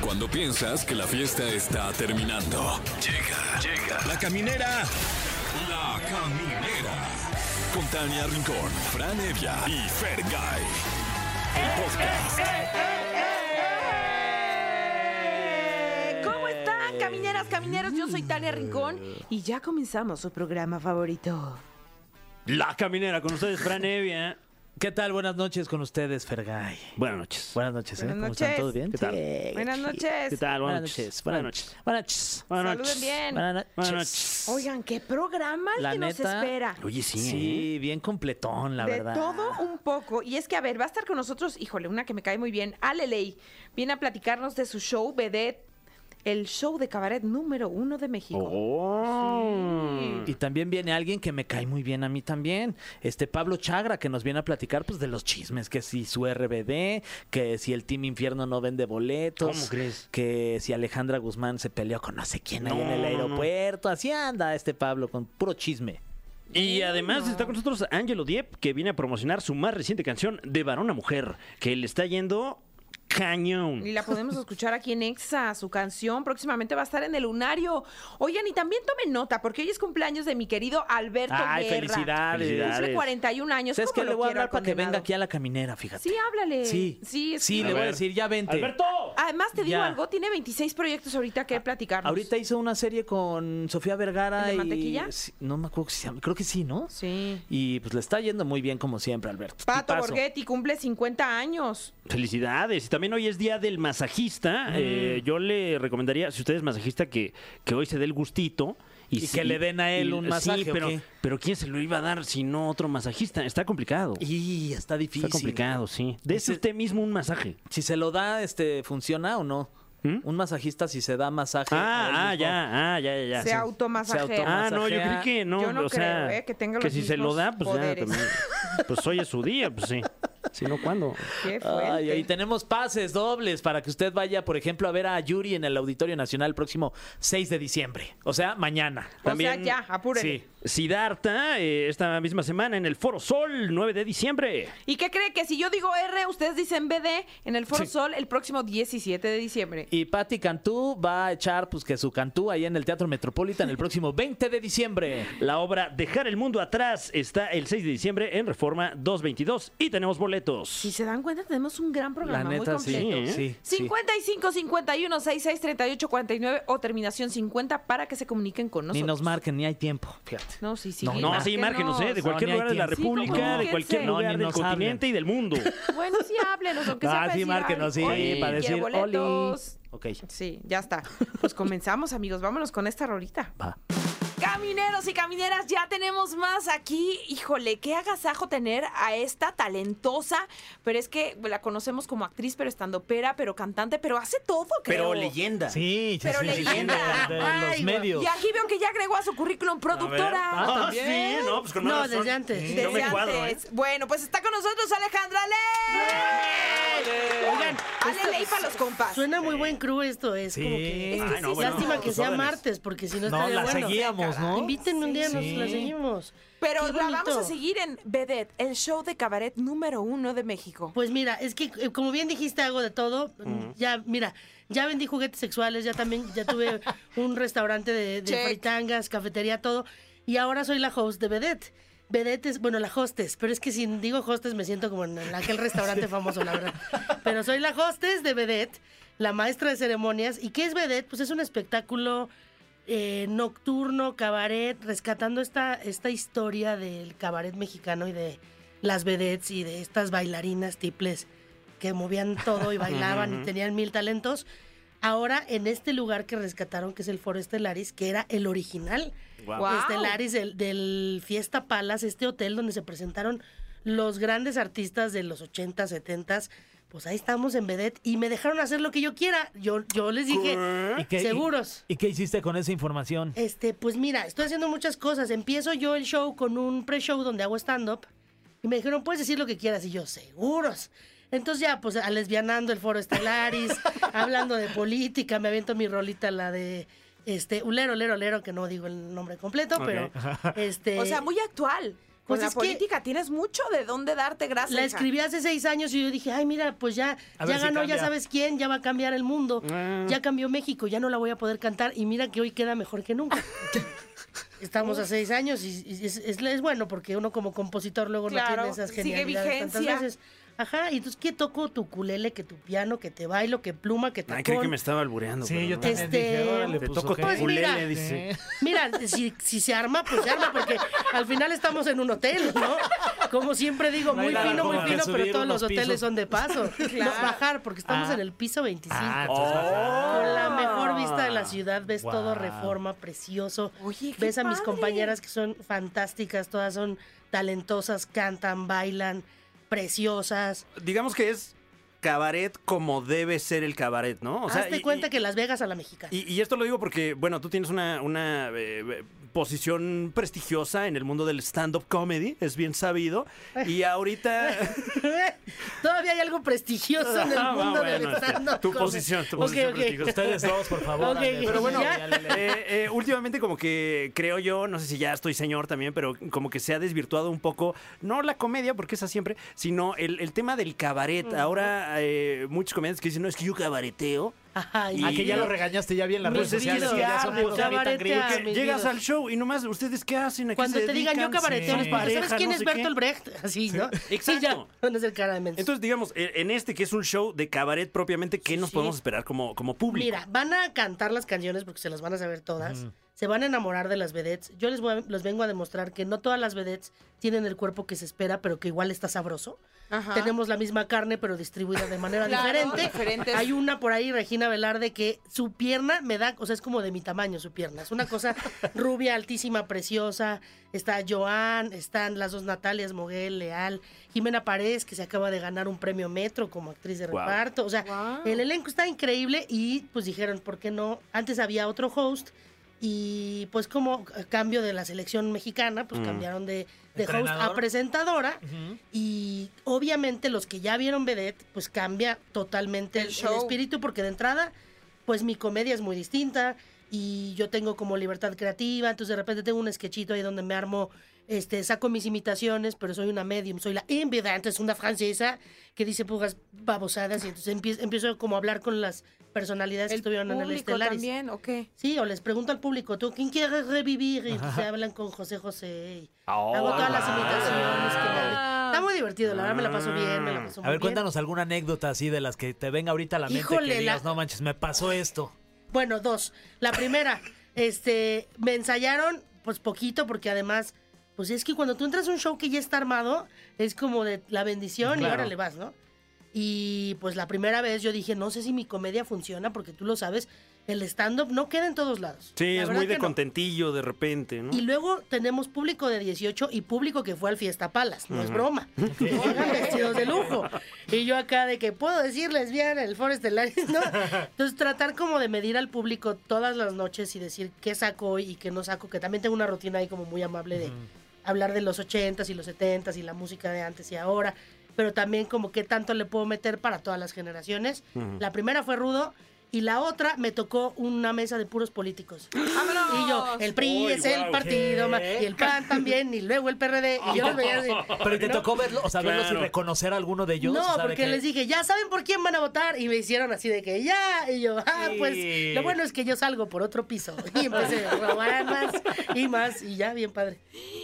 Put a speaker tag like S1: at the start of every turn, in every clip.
S1: Cuando piensas que la fiesta está terminando. Llega, llega. La caminera. La caminera. Con Tania Rincón, Fran Evia y Fer El podcast.
S2: ¿Cómo están, camineras, camineros? Yo soy Tania Rincón y ya comenzamos su programa favorito.
S3: La caminera con ustedes, Fran Evia. ¿eh?
S4: ¿Qué tal? Buenas noches con ustedes, Fergay.
S3: Buenas noches.
S4: Buenas noches, ¿eh?
S2: Buenas
S4: ¿Cómo están?
S2: noches.
S4: ¿Todo bien?
S3: ¿Qué tal?
S2: Buenas
S3: ¿Qué
S2: noches.
S3: tal?
S4: Buenas noches.
S3: Buenas noches.
S4: Buenas noches.
S3: Buenas
S2: Saluden
S3: noches.
S2: bien.
S4: Buenas noches.
S3: Buenas noches.
S2: Oigan, qué programa el
S4: La
S2: que nos
S4: neta,
S2: espera.
S3: Oye, sí. ¿eh?
S4: Sí, bien completón, la
S2: de
S4: verdad.
S2: todo un poco. Y es que, a ver, va a estar con nosotros, híjole, una que me cae muy bien, Aleley. Viene a platicarnos de su show Vedette, el show de cabaret número uno de México.
S3: Oh.
S4: Mm. Y también viene alguien que me cae muy bien a mí también, este Pablo Chagra, que nos viene a platicar pues de los chismes, que si su RBD, que si el Team Infierno no vende boletos,
S3: ¿Cómo crees?
S4: que si Alejandra Guzmán se peleó con no sé quién ahí
S3: No,
S4: en
S3: no,
S4: el
S3: no.
S4: aeropuerto, así anda este Pablo con puro chisme.
S3: Y además está con nosotros Angelo Diep, que viene a promocionar su más reciente canción, De varón a mujer, que le está yendo cañón.
S2: Y la podemos escuchar aquí en Exa, su canción. Próximamente va a estar en el Lunario. Oigan, y también tomen nota, porque hoy es cumpleaños de mi querido Alberto
S4: Ay,
S2: Guerra.
S4: felicidades.
S2: Cumple
S3: Felicidades.
S2: 41 años.
S4: ¿Sabes
S2: ¿Cómo
S4: qué? Le
S2: lo
S4: voy a
S2: quiero al
S4: hablar para que
S2: condenado?
S4: venga aquí a la caminera, fíjate.
S2: Sí, háblale.
S4: Sí,
S2: sí. es
S4: sí,
S2: que-
S4: le
S3: A
S4: voy a
S3: ver.
S4: decir, ya vente.
S3: ¡Alberto!
S2: Además, te digo
S4: Ya. Ah,
S2: algo, tiene 26 proyectos ahorita que platicarnos.
S4: Ahorita hizo una serie con Sofía
S2: ¿El
S4: Vergara
S2: de
S4: y.
S2: mantequilla?
S4: sí, No me acuerdo que se llama. Creo que sí, ¿no?
S2: Sí.
S4: Y pues le está yendo muy bien, como siempre, Alberto.
S2: Pato
S4: Tipazo.
S2: Borghetti cumple 50 años.
S3: Felicidades. Y también hoy es día del
S4: Mm.
S3: masajista. Eh, yo le recomendaría, si usted es masajista, que, que hoy se dé el gustito.
S4: Y que le den a él un masaje,
S3: Sí,
S4: ¿o
S3: pero,
S4: qué?
S3: pero ¿quién se lo iba a dar si no otro masajista? Está complicado.
S4: Y está difícil.
S3: Está complicado, sí. Dese
S4: Dice-
S3: usted mismo un masaje.
S4: Si se lo da, este, ¿funciona o no?
S3: ¿Mm?
S4: Un masajista, si se da masaje.
S3: Ah,
S4: a
S3: ah,
S4: él mismo.
S3: ya, ah, ya, ya, ya.
S2: Se
S3: Sí.
S2: automasajea.
S4: Se automa-
S3: Ah, no, yo
S4: masajea.
S3: creí que no.
S2: Yo no
S3: o sea,
S2: creo, eh, que tenga los
S3: si se lo
S2: mismos
S3: da, pues
S2: poderes.
S3: ya también. Pues hoy es su día, pues sí. Si no, ¿cuándo?
S2: Qué fuerte.
S4: Ay, ahí tenemos pases dobles para que usted vaya, por ejemplo, a ver a Yuri en el Auditorio Nacional el próximo 6 de diciembre. O sea, mañana.
S2: O
S3: también-
S2: sea, ya, apúrenle.
S4: Sí.
S3: Sidarta, esta misma semana en el Foro Sol, 9 de diciembre.
S2: ¿Y qué cree que si yo digo R, ustedes dicen BD en el Foro
S4: Sí.
S2: Sol el próximo 17 de diciembre?
S4: Y Patti Cantú va a echar pues que su Cantú ahí en el Teatro Metropolitan el próximo 20 de diciembre.
S3: La obra Dejar el Mundo Atrás está el 6 de diciembre en Reforma 222 y tenemos boletos.
S2: Si se dan cuenta, tenemos un gran
S4: La
S2: programa
S4: neta
S2: muy
S4: sí,
S2: completo.
S3: ¿eh?
S4: sí, sí.
S2: 55 51 66 38 49 o terminación 50 para que se comuniquen con
S4: Ni
S2: nosotros.
S4: nos marquen, ni hay tiempo, fíjate.
S2: No, sí, sí.
S4: No,
S2: sí,
S4: Ay,
S3: no, sí, márquenos, ¿eh? De cualquier
S4: No, ni hay
S3: lugar de la
S4: tiempo.
S3: República,
S2: Sí, como
S3: de cualquier
S2: que-
S3: lugar
S4: No, ni
S3: del
S4: nos hablen.
S3: continente y del mundo.
S2: Bueno, sí, háblenos, aunque sea
S4: Ah,
S2: para
S4: sí,
S2: decir,
S4: márquenos, sí,
S2: "Ay, oye,
S4: para
S2: quiero
S4: decir,
S2: boletos".
S4: "Oli". Ok,
S2: Sí, ya está. Pues comenzamos, amigos. Vámonos con esta rolita.
S4: va.
S2: Camineros y camineras, ya tenemos más aquí. Híjole, qué agasajo tener a esta talentosa, pero es que la conocemos como actriz, pero estando pera, pero cantante, pero hace todo, creo.
S5: leyenda.
S4: Sí,
S2: Pero
S4: sí, sí,
S2: leyenda.
S4: de- de los medios.
S2: Y aquí veo que ya agregó a su currículum productora.
S4: Ah, ¿también?
S5: sí, no, pues con
S6: No,
S5: más razón.
S6: desde antes.
S2: Desde
S5: no me cuadro, ¿eh?
S2: antes. Bueno, pues está con nosotros Alejandra Ley.
S6: Oigan,
S2: Ale Ley para los compas.
S6: Suena muy buen crew esto, es
S4: Sí.
S6: como que...
S2: Es que
S5: Ay, Ah, no,
S2: sí,
S5: bueno.
S6: Lástima que
S5: tus
S6: sea
S5: órdenes.
S6: martes, porque si no
S4: No,
S6: estaría
S4: la
S6: bueno.
S4: seguíamos, ¿no?
S6: Invítenme un día, nos
S4: Sí.
S6: la seguimos.
S2: Pero
S6: Qué
S2: la vamos
S6: bonito.
S2: a seguir en Vedette, el show de cabaret número uno de México.
S6: Pues mira, es que eh, como bien dijiste, hago de todo. Ya, mira, ya vendí juguetes sexuales, ya también, ya tuve un restaurante de, de
S2: Check.
S6: fritangas, cafetería, todo. Y ahora soy la host de Vedette. Vedette es, bueno, la hostess, pero es que si digo hostess me siento como en aquel restaurante famoso, la verdad. Pero soy la hostess de Vedette, la maestra de ceremonias. ¿Y qué es Vedette? Pues es un espectáculo eh, nocturno, cabaret, rescatando esta, esta historia del cabaret mexicano y de las vedettes y de estas bailarinas tiples que movían todo y bailaban y tenían mil talentos. Ahora en este lugar que rescataron, que es el Foro Estelaris, que era el original
S2: Guau.
S6: Estelaris pues, del, del Fiesta Palace, este hotel donde se presentaron los grandes artistas de los 80, 70. Pues ahí estamos en Vedette y me dejaron hacer lo que yo quiera. Yo, yo les dije,
S4: ¿Y qué- y-
S6: seguros.
S4: ¿Y qué hiciste con esa información?
S6: Este, pues mira, estoy haciendo muchas cosas. Empiezo yo el show con un pre-show donde hago stand-up. Y me dijeron, puedes decir lo que quieras. Y yo, seguros. Entonces ya, pues, a lesbianando el foro Estelaris, hablando de política, me aviento mi rolita, la de este, Ulero, Ulero, Ulero, que no digo el nombre completo, pero este.
S2: O sea, muy actual. Pues
S6: Pues
S2: la
S6: es que-
S2: política tienes mucho de dónde darte gracias.
S6: La
S2: hija.
S6: escribí hace seis años y yo dije, ay, mira, pues ya,
S4: A ver
S6: ya
S4: si
S6: ganó,
S4: cambia". Ah.
S6: ya sabes quién, ya va a cambiar el mundo, ya cambió México, ya no la voy a poder cantar y mira que hoy queda mejor que nunca. Estamos a seis años y, y es, es- es bueno porque uno como compositor luego
S2: Claro,
S6: no tiene esas
S2: sigue
S6: genialidades tantas
S2: vigencia.
S6: veces. Ajá, y entonces, ¿qué toco? Tu culele, que tu piano, que te bailo, que pluma, que
S7: Ay,
S6: tacón.
S7: creí que me estaba albureando.
S4: Sí,
S7: pero
S4: yo
S7: no.
S4: también
S6: Este,
S4: dije, órale,
S7: Te
S4: pues,
S7: toco
S4: ok.
S6: Pues
S7: tu
S6: mira.
S7: culele,
S4: Sí.
S7: dice.
S6: Mira, si, si se arma, pues se arma, porque al final estamos en un hotel, ¿no? Como siempre digo,
S4: No hay
S6: muy
S4: nada
S6: fino, muy
S4: como que
S6: fino,
S4: subir
S6: pero todos
S4: unos
S6: los hoteles
S4: pisos.
S6: son de paso.
S2: Claro.
S6: No, bajar, porque estamos
S4: Ah.
S6: en el piso 25.
S4: Ah, entonces,
S6: Con la mejor vista de la ciudad, ves
S4: Guau.
S6: todo reforma, precioso.
S2: Oye, qué
S6: ves a mis
S2: padre.
S6: compañeras que son fantásticas, todas son talentosas, cantan, bailan, preciosas.
S3: Digamos que es cabaret como debe ser el cabaret, ¿no? O sea,
S6: Hazte
S3: y-
S6: cuenta
S3: y-
S6: que Las Vegas a la mexicana.
S3: Y, y esto lo digo porque, bueno, tú tienes una, una, eh, eh, posición prestigiosa en el mundo del stand-up comedy, es bien sabido. Y ahorita.
S6: Todavía hay algo prestigioso en el
S3: Ah,
S6: mundo del
S3: bueno, este,
S6: stand-up
S3: tu
S6: comedy.
S3: posición, tu
S6: Ok,
S3: posición
S6: ok.
S3: prestigiosa.
S4: Ustedes dos, por favor.
S6: Ok,
S4: Ale.
S6: pero bueno,
S4: Ya.
S3: Eh, eh, últimamente como que creo yo, no sé si ya estoy señor también, pero como que se ha desvirtuado un poco, no la comedia, porque esa siempre, sino el, el tema del cabaret. Ahora eh, muchos comediantes que dicen, no, es que yo cabareteo.
S6: Ay,
S4: Ah, que ya lo regañaste ya bien las redes
S3: Pues es que
S4: sociales.
S3: sí,
S4: que ya son
S3: hablo,
S4: muy tan
S6: cabaretea.
S4: grillos.
S3: Porque
S6: mis
S3: llegas
S6: vidos.
S3: al show y nomás, ¿ustedes qué hacen? ¿A qué
S6: Cuando
S3: se
S6: te digan yo
S3: dedican?
S6: cabareteo,
S4: Sí.
S6: les pongo, ¿sabes
S3: Pareja,
S6: quién
S3: no
S6: es
S3: sé
S6: Bertolt
S3: qué".
S6: Brecht? Así, ¿no?
S3: Exacto.
S6: Sí, ya, van a ser cara de menso.
S3: Entonces, digamos, en en este que es un show de cabaret propiamente, ¿qué nos
S6: Sí.
S3: podemos esperar como, como público?
S6: Mira, van a cantar las canciones porque se las van a saber todas. Se van a enamorar de las vedettes. Yo les, voy a- les vengo a demostrar que no todas las vedettes tienen el cuerpo que se espera, pero que igual está sabroso.
S2: Ajá.
S6: Tenemos la misma carne, pero distribuida de manera
S2: Claro,
S6: diferente.
S2: diferentes.
S6: Hay una por ahí, Regina Velarde, que su pierna me da, o sea, es como de mi tamaño su pierna. Es una cosa rubia, altísima, preciosa. Está Joan, están las dos Natalias, Moguel, Leal, Jimena Párez, que se acaba de ganar un premio Metro como actriz de
S3: Guau.
S6: reparto. O sea,
S2: Guau.
S6: el elenco está increíble y pues dijeron, ¿por qué no? Antes había otro host y pues como a cambio de la selección mexicana,
S2: Mm.
S6: pues cambiaron de, de host a
S4: Entrenador.
S6: presentadora. Y obviamente los que ya vieron Vedette, pues cambia totalmente
S2: El
S6: el, el
S2: show.
S6: espíritu porque de entrada, pues mi comedia es muy distinta y yo tengo como libertad creativa, entonces de repente tengo un sketchito ahí donde me armo, este, saco mis imitaciones, pero soy una medium, soy la invidente, es una francesa que dice pugas babosadas y entonces empie- empiezo como a hablar con las personalidades que
S2: El
S6: estuvieron en el
S2: público
S6: Estelaris.
S2: también, ¿o qué?
S6: Sí, o les pregunto al público, ¿tú quién quieres revivir? Y entonces hablan con José José. y
S3: Oh,
S6: hago todas las imitaciones. que nadie- Está muy divertido, la verdad me la paso bien,
S3: Ah.
S6: me la paso muy
S4: A ver,
S6: bien.
S4: cuéntanos alguna anécdota así de las que te venga ahorita a la mente
S6: Híjole,
S4: que digas,
S6: la-
S4: no manches, me pasó esto.
S6: Bueno, dos. La primera, este, me ensayaron, pues poquito, porque además, pues es que cuando tú entras a un show que ya está armado, es como de la bendición y ahora le vas, ¿no? Y pues la primera vez yo dije, no sé si mi comedia funciona, porque tú lo sabes, el stand-up no queda en todos lados.
S3: Sí,
S6: La
S3: es
S6: verdad
S3: muy de
S6: que no.
S3: contentillo de repente, ¿no?
S6: Y luego tenemos público de 18 y público que fue al Fiesta Palas. No es broma. Llegan vestidos de lujo. Y yo acá de que puedo decir lesbiana, el Forest Laris, ¿no? Entonces tratar como de medir al público todas las noches y decir qué saco hoy y qué no saco. Que también tengo una rutina ahí como muy amable de hablar de los 80s y los 70s y la música de antes y ahora. Pero también como qué tanto le puedo meter para todas las generaciones. La primera fue Rudo. Y la otra me tocó una mesa de puros políticos.
S2: ¡Vámonos!
S6: Y yo, el PRI es el partido, ma- y el PAN también, y luego el PRD. Y yo los veía así.
S4: Pero ¿y te tocó verlo, o sea, verlos y reconocer a alguno de ellos.
S6: No,
S4: O sea, de
S6: porque
S4: que-
S6: les dije, ya saben por quién van a votar. Y me hicieron así de que ya. Y yo, ah, pues lo bueno es que yo salgo por otro piso. Y empecé a robar más y más. Y ya, bien padre.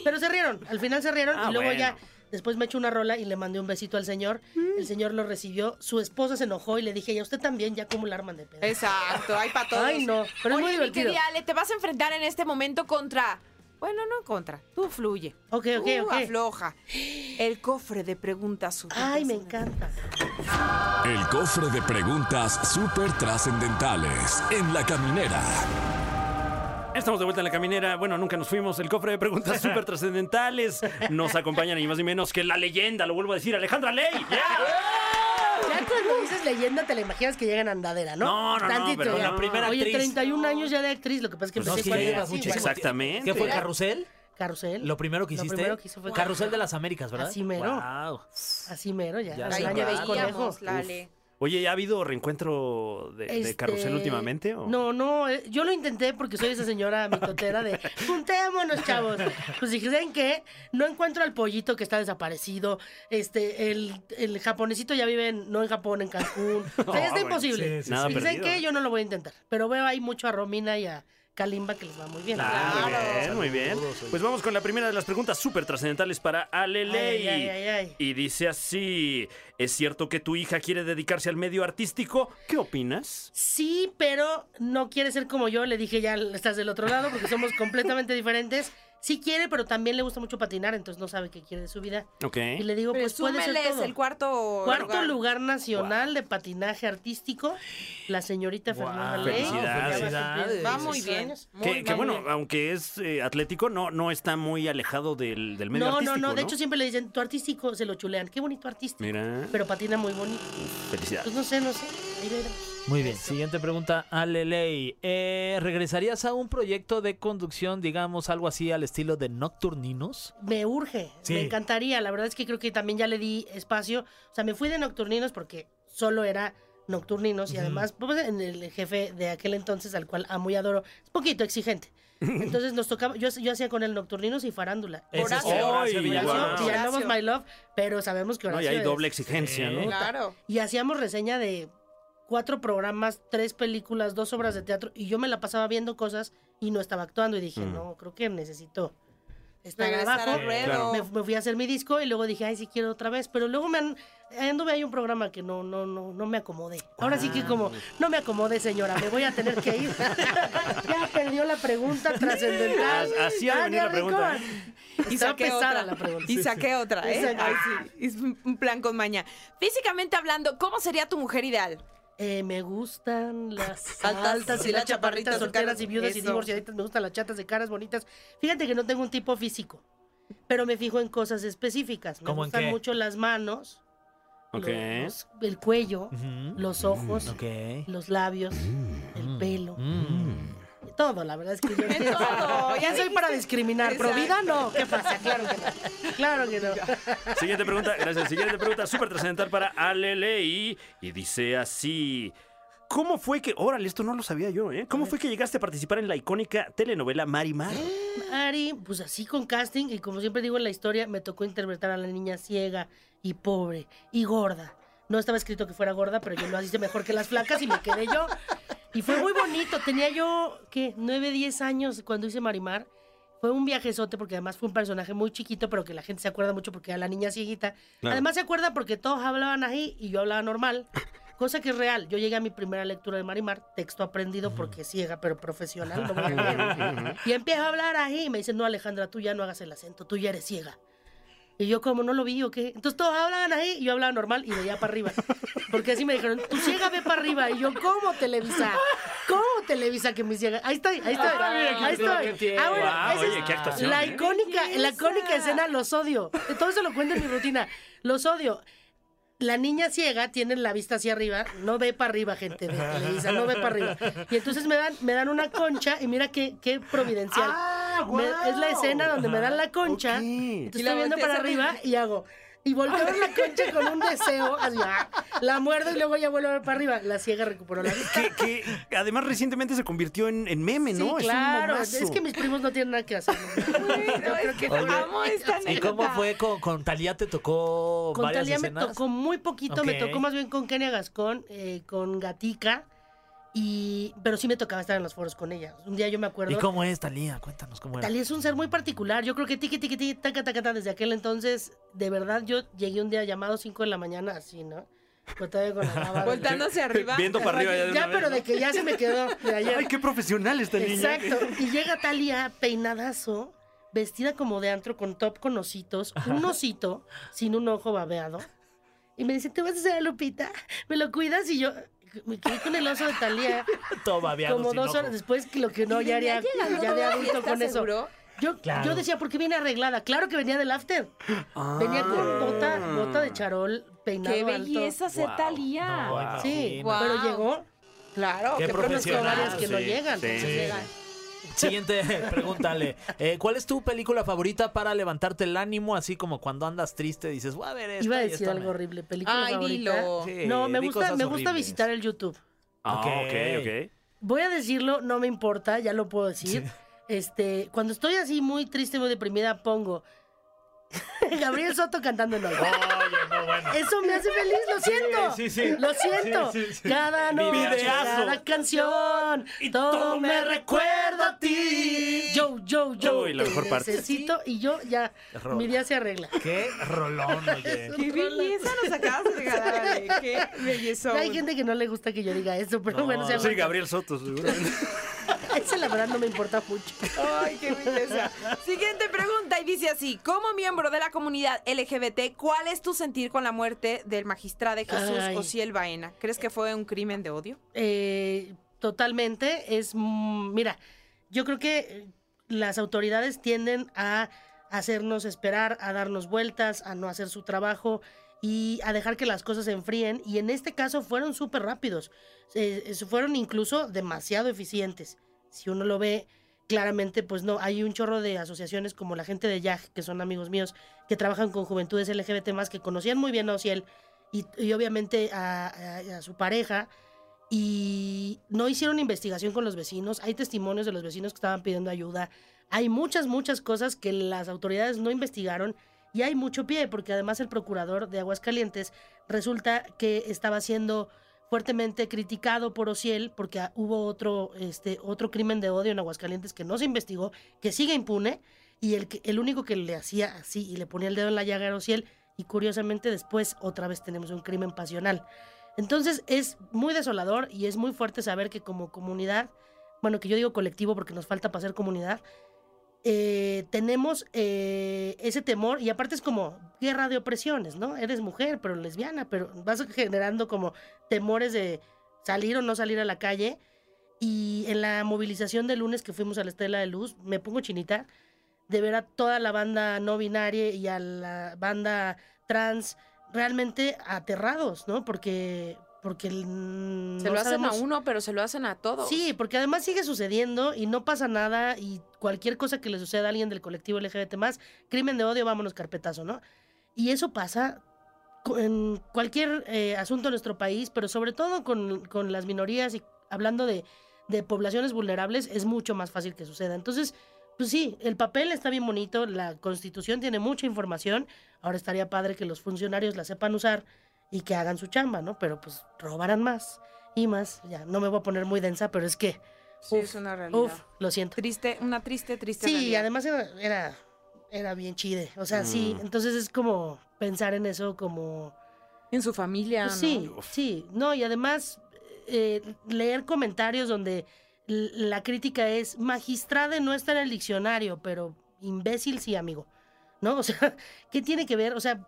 S6: Pero se rieron. Al final se rieron.
S3: Ah,
S6: y luego
S3: bueno.
S6: ya, después me echó una rola y le mandé un besito al señor. El señor lo recibió. Su esposa se enojó y le dije, ya usted también, ya como la arman de pedo.
S2: Exacto, hay para todos.
S6: Ay, no, pero es
S2: Oye,
S6: muy
S2: mi querida
S6: divertido.
S2: Ale, te vas a enfrentar en este momento contra. Bueno, no contra. Tú fluye.
S6: Ok, ok,
S2: Tú
S6: ok.
S2: afloja. El cofre de preguntas súper
S6: Ay, me
S2: trascendentales.
S6: encanta.
S1: El cofre de preguntas súper trascendentales en la caminera.
S3: Estamos de vuelta en la caminera. Bueno, nunca nos fuimos. El cofre de preguntas súper trascendentales. Nos acompañan ni más ni menos que la leyenda, lo vuelvo a decir, Alejandra Ley. ¡Yeah!
S6: Ya cuando dices leyenda te la imaginas que llega en andadera, ¿no?
S3: No, no, no, pero
S6: ya.
S3: la primera
S6: Oye,
S4: actriz.
S6: 31 años ya de actriz, lo que pasa es que
S4: Pues no,
S6: empecé
S4: sí,
S6: cuando
S4: ya
S6: era
S4: llevas
S6: así,
S4: muchísimo
S6: bueno.
S3: Exacto. Exactamente.
S4: ¿Qué fue Carrusel?
S6: Carrusel.
S4: Lo primero que hiciste.
S6: Lo primero que hizo fue
S4: Carrusel de las Américas, ¿verdad?
S6: Así mero.
S4: Wow.
S6: Así mero, ya.
S4: Ya
S6: al
S4: sé.
S2: Ahí
S6: año
S2: te
S4: Ay,
S6: del
S4: claro.
S2: veíamos,
S6: conejo.
S2: Lale.
S3: Oye, ¿ya ha habido reencuentro de, de
S6: Este,
S3: carrusel últimamente? o?
S6: No, no, eh, yo lo intenté porque soy esa señora mitotera de juntémonos, chavos. Pues dije, ¿saben qué? No encuentro al pollito que está desaparecido. Este, el, el japonesito ya vive en- no en Japón, en Cancún. O sea,
S3: Ah,
S6: está
S3: bueno,
S6: imposible.
S4: sí, sí,
S3: Nada
S6: Y ¿saben
S3: perdido.
S6: qué? Yo no lo voy a intentar. Pero veo ahí mucho a Romina y a Kalimba que les va muy bien.
S3: Ah,
S6: Claro.
S3: muy bien, muy bien. Pues vamos con la primera de las preguntas súper trascendentales para Aleley.
S6: Ay, ay, ay, ay.
S3: Y dice así, ¿es cierto que tu hija quiere dedicarse al medio artístico? ¿Qué opinas?
S6: Sí, pero no quiere ser como yo. Le dije, ya estás del otro lado porque somos completamente diferentes. Sí quiere, pero también le gusta mucho patinar, entonces no sabe qué quiere de su vida.
S3: Ok.
S6: Y le digo, pues puede ser
S2: Presúmeles
S6: todo.
S2: el cuarto,
S6: Cuarto lugar, nacional de patinaje artístico, la señorita
S4: Guau,
S6: Fernanda Ley.
S3: felicidades.
S6: Ya va a cumplir
S2: Va muy
S6: 16
S2: bien.
S6: años.
S2: muy,
S3: Que, que
S2: muy
S3: bueno,
S2: bien.
S3: aunque es eh, atlético, no, no está muy alejado del, del medio
S6: No, no,
S3: artístico.
S6: no, de hecho siempre le dicen, tu artístico, se lo chulean. Qué bonito artístico.
S3: Mira,
S6: Pero patina muy bonito.
S3: felicidades.
S6: Pues no sé, no sé. Ahí veremos.
S4: Muy bien, siguiente pregunta, Aleley. Eh, ¿Regresarías a un proyecto de conducción, digamos, algo así al estilo de Nocturninos?
S6: Me urge,
S4: Sí.
S6: me encantaría. La verdad es que creo que también ya le di espacio. O sea, me fui de Nocturninos porque solo era Nocturninos y
S4: Ujú.
S6: además, pues, en el jefe de aquel entonces, al cual amo y adoro, es poquito exigente. Entonces nos tocaba, yo, yo hacía con el Nocturninos y Farándula.
S4: Ese
S2: Horacio.
S3: Ay,
S6: Horacio
S3: Wow.
S6: Villalobos,
S2: Horacio.
S6: my love, pero sabemos que
S3: No, y
S6: Horacio
S3: hay
S6: es-
S3: doble exigencia,
S4: Sí.
S3: ¿no?
S2: Claro.
S6: Y hacíamos reseña de cuatro programas, tres películas, dos obras de teatro, y yo me la pasaba viendo cosas y no estaba actuando. Y dije,
S3: Mm.
S6: no, creo que necesito estar
S2: Regresar
S6: abajo.
S2: al
S4: Sí,
S2: ruedo.
S3: claro.
S6: Me, me fui a hacer mi disco y luego dije, ay, sí quiero otra vez. Pero luego me han, ahí anduve hay un programa que no, no, no, no me acomodé. Ahora sí
S3: Ah.
S6: que como, no me acomodé, señora, me voy a tener que ir. ya perdió la pregunta trascendental.
S3: Así ha de venir la
S6: Tania
S3: pregunta, ¿eh?
S6: Rincón.
S2: Y
S6: Está
S2: saqué
S6: pesada
S2: otra.
S6: la pregunta.
S2: Y saqué otra, ¿eh?
S6: Exacto.
S2: Ay, sí. Es un un plan con maña. Físicamente hablando, ¿cómo sería tu mujer ideal?
S6: Eh, me gustan las
S2: Altas
S6: altas,
S2: y
S6: y las
S2: las chaparritas
S6: chaparritas solteras y viudas y
S2: eso.
S6: divorciaditas. Me gustan las chatas de caras bonitas. Fíjate que no tengo un tipo físico, pero me fijo en cosas específicas. Me
S4: ¿Cómo en
S6: gustan
S4: qué?
S6: mucho las manos,
S3: Ok.
S6: los- el cuello, los ojos,
S4: Ok.
S6: los labios, el pelo.
S4: Mm.
S6: Todo, la verdad es que yo
S2: En todo, ya
S6: Ya soy para discriminar, pro vida no. ¿Qué pasa? Claro que no. Claro que no.
S3: Siguiente pregunta, gracias. Siguiente pregunta súper trascendental para Aleley. Y dice así. ¿Cómo fue que, órale, esto no lo sabía yo, ¿eh? ¿Cómo fue que llegaste a participar en la icónica telenovela Marimar?
S6: Ari, pues así con casting y como siempre digo en la historia, me tocó interpretar a la niña ciega y pobre y gorda. No estaba escrito que fuera gorda, pero yo lo hice mejor que las flacas y me quedé yo. Y fue muy bonito. Tenía yo, ¿qué? 9, 10 años cuando hice Marimar. Fue un viajezote porque además fue un personaje muy chiquito, pero que la gente se acuerda mucho porque era la niña cieguita. Además se acuerda porque todos hablaban ahí y yo hablaba normal. Cosa que es real. Yo llegué a mi primera lectura de Marimar, texto aprendido porque ciega, pero profesional. no voy a negar. y empiezo a hablar ahí y me dicen, no, Alejandra, tú ya no hagas el acento, tú ya eres ciega. Y yo como no lo vi o qué. Entonces todos hablaban ahí y yo hablaba normal y veía para arriba. Porque así me dijeron, tú ciega ve para arriba. Y yo, ¿cómo Televisa? ¿Cómo Televisa que me ciega? Ahí estoy, ahí estoy.
S3: Ah,
S6: ahí estoy. Ah, bueno,
S3: Guau,
S6: esa es
S3: oye, qué actuación,
S6: La
S3: ¿eh?
S6: icónica, la
S2: Belleza.
S6: icónica escena, los odio. Todo eso lo cuento en mi rutina. Los odio. La niña ciega tiene la vista hacia arriba, no ve para arriba, gente de Televisa, no ve para arriba. Y entonces me dan, me dan una concha y mira qué, qué providencial.
S2: Ah.
S3: Ah,
S6: Me- es la escena donde me dan la concha. Entonces
S2: Y la
S6: estoy viendo
S2: volteas
S6: para
S2: a ver.
S6: arriba y hago. Y volteo a ver la concha con un deseo. Así, ah, la muerdo y luego ya vuelvo a ver para arriba. La ciega recuperó la vista.
S3: Que, que además recientemente se convirtió en, en meme,
S6: Sí,
S3: ¿no? Es un
S6: claro. Es,
S3: momazo.
S6: que mis primos no tienen nada que hacer.
S2: Bueno, es que
S4: Oye.
S2: amo esta
S4: ¿Y cómo
S2: anécdota.
S4: fue con, con Talía? ¿Te tocó
S6: Con
S4: varias
S6: Talía me
S4: escenas?
S6: tocó muy poquito. Me
S4: Ok.
S6: tocó más bien con Kenia Gascón, eh, con Gatica. Y, pero sí me tocaba estar en los foros con ella. Un día yo me acuerdo.
S4: ¿Y cómo es Talía? Cuéntanos cómo era.
S6: Talía es un ser muy particular. Yo creo que tiqui, tiqui, tiqui, taca, taca, taca, desde aquel entonces, de verdad, yo llegué un día llamado 5 de la mañana, así, ¿no? Con todavía con la barba.
S2: Voltándose arriba.
S3: Viendo para arriba ya de una
S6: Ya,
S3: vez,
S6: pero
S3: ¿no?
S6: de que ya se me quedó de ayer.
S3: Ay, qué profesional esta niña.
S6: Exacto. Y llega Talia peinadazo, vestida como de antro, con top con ositos, un osito, sin un ojo babeado. Y me dice, ¿te vas a hacer a Lupita? ¿Me lo cuidas? Y yo me quedé con el oso de Talía
S4: Todo babeado,
S6: como
S4: sin
S6: dos
S4: ojo.
S6: horas después, que lo que no, ya haría
S2: llegando
S6: ya
S2: a
S6: de
S2: la
S6: adulto
S2: fiesta,
S6: con eso.
S2: seguro.
S6: Yo,
S4: Claro.
S6: yo decía, ¿por qué viene arreglada? Claro que venía del after. Venía
S3: Ah.
S4: Ah.
S6: con bota, bota de charol, peinado
S2: Qué
S6: alto.
S2: belleza se talía.
S4: No, imagínate.
S6: Sí,
S2: Wow.
S6: pero llegó.
S2: Claro,
S4: Qué
S6: Que conozco
S4: profesional,
S6: varias que no
S3: sí,
S6: llegan.
S3: sí,
S6: entonces
S4: sí.
S6: llega.
S4: Siguiente, pregúntale. Eh, ¿Cuál es tu película favorita para levantarte el ánimo? Así como cuando andas triste, dices, voy a ver esta.
S6: Iba
S4: y
S6: a decir
S4: esta
S6: algo
S4: me-".
S6: horrible. Película
S2: Ay,
S6: favorita.
S2: dilo.
S4: Sí,
S6: No, me
S4: di
S6: gusta,
S4: cosas
S6: me gusta
S4: horribles.
S6: visitar el YouTube.
S3: Ah, ok,
S4: Ok.
S3: ok.
S6: Voy a decirlo, no me importa, ya lo puedo decir. Este, cuando estoy así muy triste, muy deprimida, pongo Gabriel Soto cantando en algo. Eso me hace feliz, lo siento.
S4: sí, sí.
S6: Lo siento.
S4: Sí, sí, sí.
S6: Cada noche,
S4: Videazo.
S6: cada canción, todo me recuerda a ti. Yo, yo, yo.
S3: Uy, la
S6: te
S3: mejor parte.
S6: Necesito y yo ya.
S4: Rola.
S6: Mi día se arregla.
S4: Qué rolón, oye.
S2: ¡Qué belleza nos acabas de regalar, Ale! ¡Qué belleza!
S6: Hay gente que no le gusta que yo diga eso, pero
S4: No,
S6: bueno, se
S4: yo
S3: Soy
S6: aguanta.
S3: Gabriel Soto, seguramente.
S6: Ese la verdad no me importa mucho.
S2: ¡Ay, qué belleza! Siguiente pregunta y dice así: Como miembro de la comunidad LGBT, ¿cuál es tu sentir con la muerte del magistrado de Jesús
S6: Ay.
S2: Ociel Baena? ¿Crees que fue un crimen de odio?
S6: Eh, totalmente. Es. mm, Mira, yo creo que eh, las autoridades tienden a hacernos esperar, a darnos vueltas, a no hacer su trabajo y a dejar que las cosas se enfríen. Y en este caso fueron súper rápidos. Eh, eh, fueron incluso demasiado eficientes. Si uno lo ve. Claramente, pues no, hay un chorro de asociaciones como la gente de YAG, que son amigos míos, que trabajan con juventudes LGBT más, que conocían muy bien a Ociel y, y obviamente a- a- a su pareja, y no hicieron investigación con los vecinos. Hay testimonios de los vecinos que estaban pidiendo ayuda. Hay muchas, muchas cosas que las autoridades no investigaron y hay mucho pie, porque además el procurador de Aguascalientes resulta que estaba siendo fuertemente criticado por Ociel porque ah, hubo otro, este, otro crimen de odio en Aguascalientes que no se investigó, que sigue impune y el, que- el único que le hacía así y le ponía el dedo en la llaga era Ociel y curiosamente después otra vez tenemos un crimen pasional. Entonces es muy desolador y es muy fuerte saber que como comunidad, bueno, que yo digo colectivo porque nos falta para ser comunidad, eh, tenemos eh, ese temor y aparte es como guerra de opresiones, ¿no? Eres mujer, pero lesbiana, pero vas generando como temores de salir o no salir a la calle. Y en la movilización de lunes que fuimos a la Estela de Luz, me pongo chinita de ver a toda la banda no binaria y a la banda trans realmente aterrados, ¿no? Porque, porque mm,
S2: Se
S6: no
S2: lo hacen
S6: sabemos-
S2: a uno, pero se lo hacen a todos.
S6: Sí, porque además sigue sucediendo y no pasa nada y cualquier cosa que le suceda a alguien del colectivo LGBT más, crimen de odio, vámonos carpetazo, ¿no? Y eso pasa co- en cualquier eh, asunto de nuestro país, pero sobre todo con, con las minorías y hablando de, de poblaciones vulnerables, es mucho más fácil que suceda. Entonces, pues sí, el papel está bien bonito, la constitución tiene mucha información, ahora estaría padre que los funcionarios la sepan usar y que hagan su chamba, ¿no? Pero pues robarán más y más. Ya, no me voy a poner muy densa, pero es que,
S2: Sí,
S6: Uf,
S2: es una realidad.
S6: uff, lo siento.
S2: Triste, una triste, triste
S6: Sí, y
S2: realidad.
S6: además era, era, era bien chide, o sea, sí, entonces es como pensar en eso como...
S2: En su familia,
S6: Pues
S2: ¿no?
S6: sí, sí, no, y además eh, leer comentarios donde l- la crítica es magistrade no está en el diccionario, pero imbécil sí, amigo. ¿No? O sea, ¿qué tiene que ver? O sea,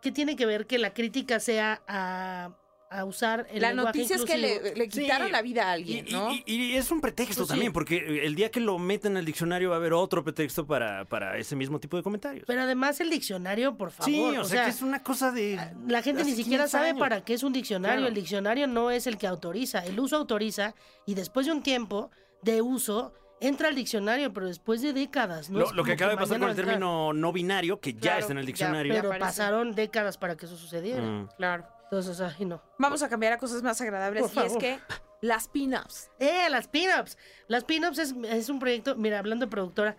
S6: ¿qué tiene que ver que la crítica sea a, a usar el
S2: La
S6: lenguaje
S2: noticia es que
S6: inclusivo?
S2: le, le quitaron
S3: Sí.
S2: la vida a
S3: Y,
S2: alguien, ¿no?
S3: y- y- y es un pretexto
S6: Pues sí.
S3: también, porque el día que lo metan al diccionario va a haber otro pretexto para, para ese mismo tipo de comentarios.
S6: Pero además el diccionario, por favor.
S3: sí, o, sea, que es una cosa de...
S6: La gente ni
S3: hace
S6: siquiera
S3: 15
S6: sabe
S3: años.
S6: para qué es un diccionario.
S3: Claro.
S6: El diccionario no es el que autoriza. El uso autoriza y después de un tiempo de uso entra al diccionario, pero después de décadas. ¿no?
S3: Lo,
S6: Es
S3: lo que acaba
S6: como
S3: de pasar
S6: mañana
S3: con el
S6: va a entrar.
S3: término no binario, que ya
S2: Claro,
S3: está en el
S2: ya,
S3: diccionario.
S6: Pero
S2: aparece.
S6: pasaron décadas para que eso sucediera.
S3: Mm.
S2: Claro.
S6: Entonces, ay, no.
S2: Vamos a cambiar a cosas más agradables.
S6: Por
S2: y es
S6: favor.
S2: que las pin-ups.
S6: ¡Eh, las pin-ups! Las pin-ups es, es un proyecto, mira, hablando de productora,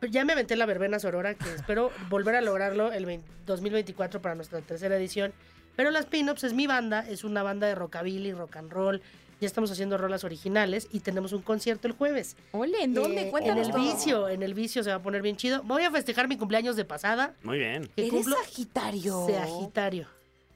S6: pero ya me aventé la verbena sorora, que espero volver a lograrlo el 20 2024 para nuestra tercera edición. Pero las pin-ups es mi banda, es una banda de rockabilly, rock and roll. Ya estamos haciendo rolas originales y tenemos un concierto el jueves.
S2: Ole, ¿en dónde?
S6: Eh, En
S2: Cuéntanos
S6: el
S2: todo.
S6: vicio, en el vicio se va a poner bien chido. Voy a festejar mi cumpleaños de pasada.
S3: Muy bien.
S6: Que
S2: ¿Eres
S6: cumplo
S2: Sagitario?
S6: Sagitario.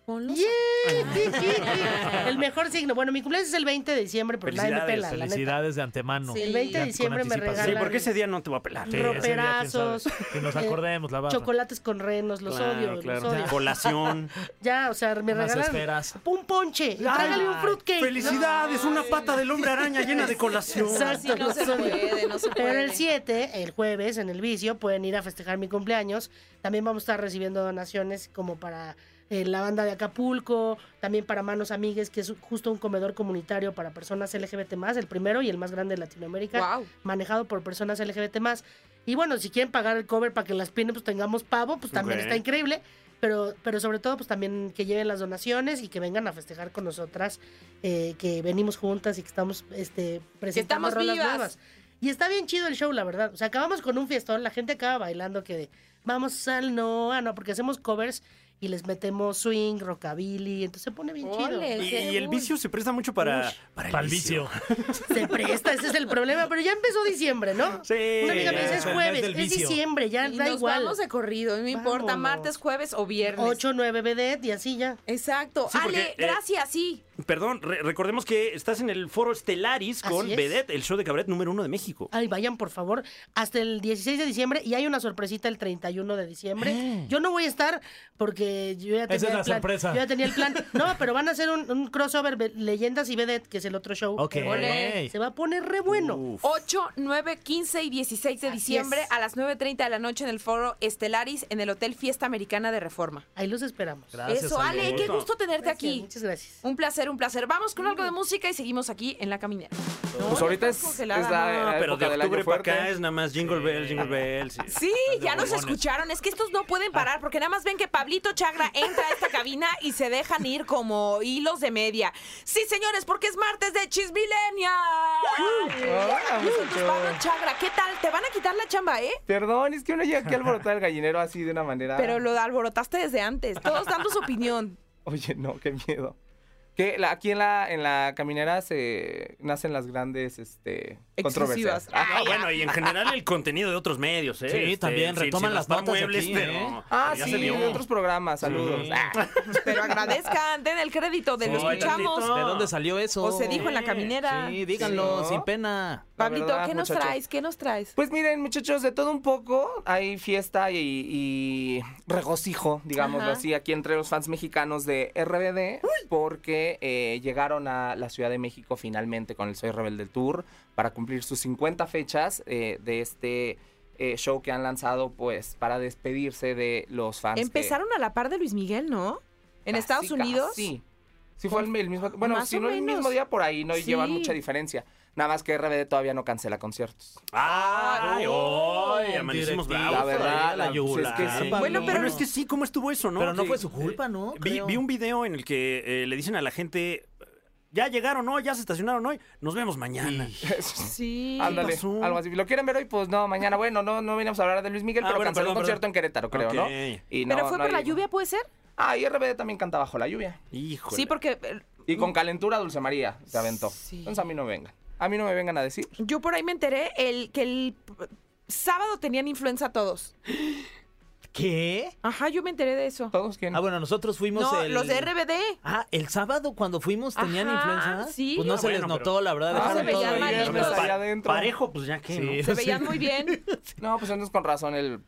S2: Ponlos a-
S6: Yeah. el mejor signo. Bueno, mi cumpleaños es el 20 de diciembre, pero nadie me
S3: Felicidades,
S6: pela, la neta.
S4: Felicidades de antemano.
S2: Sí.
S6: El 20 de
S4: Ya,
S6: diciembre
S4: con
S6: me
S4: anticipación.
S3: Sí,
S6: regalan
S3: porque ese día no te va a pelar.
S4: Sí, ese día, quién
S6: roperazos,
S4: sabe. Que nos
S6: eh,
S4: acordemos, la barra.
S6: chocolates con renos, los
S3: Claro,
S6: odio,
S3: claro.
S6: los odio.
S3: Colación.
S6: Ya, o sea, me
S4: Unas
S6: regalan
S4: esferas.
S6: un ponche, tráigale un fruitcake.
S3: Felicidades, una pata del hombre araña llena de colación.
S6: Exacto.
S2: Sí, no se puede, no se
S6: Pero
S2: puede.
S6: el 7, el jueves, en el vicio, pueden ir a festejar mi cumpleaños. También vamos a estar recibiendo donaciones como para eh, la banda de Acapulco, también para Manos Amigues, que es justo un comedor comunitario para personas LGBT+, el primero y el más grande de Latinoamérica,
S2: Guau.
S6: manejado por personas LGBT+. Y bueno, si quieren pagar el cover para que las pinen, pues tengamos pavo, pues también
S3: Ok.
S6: está increíble. Pero, pero sobre todo, pues también que lleven las donaciones y que vengan a festejar con nosotras, eh, que venimos juntas y que estamos este, presentando
S2: estamos
S6: rolas
S2: vivas.
S6: nuevas. Y está bien chido el show, la verdad. O sea, acabamos con un fiestón, la gente acaba bailando que de, vamos al no, ah, no, porque hacemos covers y les metemos swing, rockabilly, entonces se pone bien
S2: Ole.
S6: chido.
S3: Y, y el vicio se presta mucho para, para
S4: Pa'l vicio.
S6: Se presta, ese es el problema, pero ya empezó diciembre, ¿no?
S3: Sí,
S6: Una amiga me
S3: ya.
S6: dice, es
S4: Es el mes
S6: jueves,
S4: del
S6: es
S4: vicio".
S6: diciembre, ya
S2: Y
S6: da
S2: nos
S6: igual.
S2: vamos de corrido, no importa,
S6: Vámonos.
S2: martes, jueves o viernes.
S6: 8, 9 vedette y así ya.
S2: Exacto.
S3: Sí, porque,
S2: Ale,
S3: eh,
S2: gracias, sí.
S3: Perdón, re- recordemos que estás en el foro Estelaris
S6: Así
S3: con
S6: es. Ah,
S3: Vedette, el show de cabaret número uno de México.
S6: Ay, vayan, por favor, hasta el 16 de diciembre y hay una sorpresita el 31 de diciembre. Yo no voy a estar porque yo ya tenía
S4: Eh. es
S6: el
S4: la
S6: plan.
S4: sorpresa.
S6: Yo ya tenía el plan. No, pero van a hacer un, un crossover de Leyendas y Vedette, que es el otro show.
S4: Ok. Uh.
S2: Ole.
S6: Se va a poner re bueno.
S3: Uf.
S2: 8, 9, 15 y 16 de
S6: Así
S2: diciembre
S6: es.
S2: a las 9.30 de la noche en el foro Estelaris en el Hotel Fiesta Americana de Reforma.
S6: Ahí los esperamos.
S4: Gracias,
S2: Eso, Ale,
S4: Ale.
S2: qué gusto tenerte
S6: Gracias,
S2: aquí.
S6: Muchas gracias.
S2: Un placer, un placer. Vamos con algo de música y seguimos aquí en La Caminera.
S8: Pues
S2: ya
S8: ahorita
S2: estás
S8: es,
S2: congelada,
S8: es la, eh,
S2: no,
S8: la
S3: Pero de
S8: época del año
S3: octubre para acá
S8: fuerte.
S3: es nada más Jingle Bells, Jingle Bells.
S2: Sí, ya nos escucharon. Es que estos no pueden parar porque nada más ven que Pablito Chagra entra a esta cabina y se dejan ir como hilos de media. Sí, señores, porque es martes de Chismilenia. Pues, Pablo Chagra, ¿qué tal? Te van a quitar la chamba, ¿eh?
S8: Perdón, es que uno llega aquí a alborotar el gallinero así de una manera.
S2: Pero lo alborotaste desde antes. Todos dando su opinión.
S8: Oye, no, qué miedo. Que la- aquí en la, en la caminera se nacen las grandes este,
S2: Exclusivas.
S8: controversias.
S2: Ah,
S3: Ah, bueno, y en general el contenido de otros medios, ¿eh?
S4: Sí, también retoman las
S3: raspar
S4: notas aquí,
S3: pero-
S4: ¿eh?
S8: Ah,
S3: ya
S8: sí,
S3: se vio.
S8: de otros programas, saludos. Ah,
S2: Pero agradezcan, den el crédito, de lo
S3: Sí,
S2: escuchamos.
S3: tantito.
S4: ¿De dónde salió eso?
S2: O se dijo en la caminera.
S4: Sí, díganlo,
S8: Sí, ¿no?
S4: sin pena.
S8: la
S2: Pablito,
S8: verdad,
S2: ¿qué nos
S8: muchachos.
S2: traes? ¿Qué nos traes?
S8: Pues miren, muchachos, de todo un poco hay fiesta y, y regocijo, digámoslo
S2: Ajá.
S8: así, aquí entre los fans mexicanos de RBD, porque eh, llegaron a la Ciudad de México finalmente con el Soy Rebelde Tour para cumplir sus 50 fechas eh, de este eh, show que han lanzado, pues, para despedirse de los fans. que-
S2: Empezaron a la par de Luis Miguel, ¿no? En
S8: Casi,
S2: Estados Unidos. Pues,
S8: casi. Sí, fue el, el mismo. Bueno,
S2: más
S8: si
S2: o
S8: no el
S2: menos.
S8: mismo día por ahí, no
S2: Sí.
S8: llevan mucha diferencia. Nada más que RBD todavía no cancela conciertos.
S3: Ay, ay, amanecimos
S4: Directiva,
S3: bravos.
S8: la verdad,
S4: oh, la
S8: la- pues es que
S4: yugular.
S8: sí,
S2: Bueno,
S3: Bueno,
S2: pero-
S3: es que sí, ¿cómo estuvo eso, no?
S4: Pero no
S3: Que- eh,
S4: fue su culpa, ¿no?
S3: Vi,
S4: Creo.
S3: vi un video en el que eh, le dicen a la gente, ya llegaron hoy, ya se estacionaron hoy, nos vemos mañana.
S2: Sí.
S8: Ándale,
S3: pasó?
S8: algo así. ¿Lo quieren ver hoy? Pues no, mañana. Bueno, no, no veníamos a hablar de Luis Miguel,
S3: Ah,
S8: pero
S3: bueno,
S8: canceló
S3: perdón,
S8: un concierto
S3: perdón.
S8: en Querétaro, creo,
S3: Ok.
S8: ¿no? Y
S2: ¿Pero
S8: no-
S2: fue
S8: no
S2: por la
S8: llegó.
S2: lluvia, puede ser?
S8: Ah, y RBD también canta bajo la lluvia.
S3: Híjole.
S2: Sí, porque eh,
S8: Y con calentura Dulce María se aventó.
S2: Sí.
S8: Entonces a mí no me vengan. A mí no me vengan a decir.
S2: yo por ahí me enteré el que el sábado tenían influenza todos.
S4: ¿Qué?
S2: Ajá, yo me enteré de eso.
S8: ¿Todos quieren?
S4: Ah, bueno, nosotros fuimos
S2: No,
S4: el...
S2: los de RBD.
S4: Ah, el sábado cuando fuimos tenían
S2: Ajá,
S4: influenza.
S2: sí.
S4: Pues no
S3: Ah,
S4: se les
S3: bueno,
S4: notó, la verdad.
S8: Ah,
S4: Dejaron
S2: se
S4: todo
S2: veían
S4: ahí.
S2: malitos.
S4: Pa-
S8: Allá adentro.
S3: Parejo, pues ya que,
S4: Sí.
S3: ¿no?
S2: Se veían muy bien.
S8: No, pues entonces con razón el...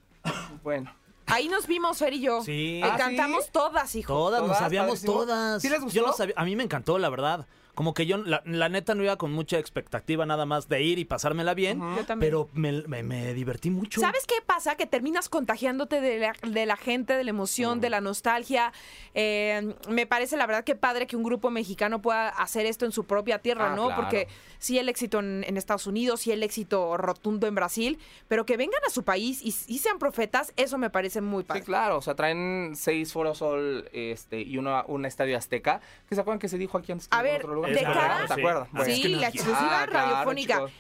S8: Bueno.
S2: Ahí nos vimos, Fer y yo.
S4: Sí.
S2: Que
S8: Ah, ¿sí?
S2: cantamos todas, hijo.
S4: Todas, nos
S8: Todas,
S4: sabíamos
S8: padrísimo.
S4: todas.
S8: ¿Sí les gustó?
S4: Yo no sabía- a mí me encantó, la verdad. Como que yo, la, la neta, no iba con mucha expectativa nada más de ir y pasármela bien.
S2: Yo también.
S4: Pero me, me- me divertí mucho.
S2: ¿Sabes qué pasa? Que terminas contagiándote de la, de la gente, de la emoción, de la nostalgia. Eh, me parece, la verdad, que padre que un grupo mexicano pueda hacer esto en su propia tierra,
S8: Ah,
S2: ¿no?
S8: claro.
S2: Porque sí el éxito en, en Estados Unidos, sí el éxito rotundo en Brasil, pero que vengan a su país y, y sean profetas, eso me parece muy
S8: Sí,
S2: padre.
S8: claro, o sea, traen seis Foro Sol este, y uno, un estadio Azteca. ¿Que se acuerdan que se dijo aquí antes que
S2: A
S8: en
S2: ver,
S8: otro lugar?
S3: de
S8: ¿Se
S3: cada-
S8: acuerdan? ¿Se acuerdan?
S3: Ah, es
S2: Sí,
S3: que no-
S2: la exclusiva
S8: Ah, claro,
S2: radiofónica.
S8: chicos,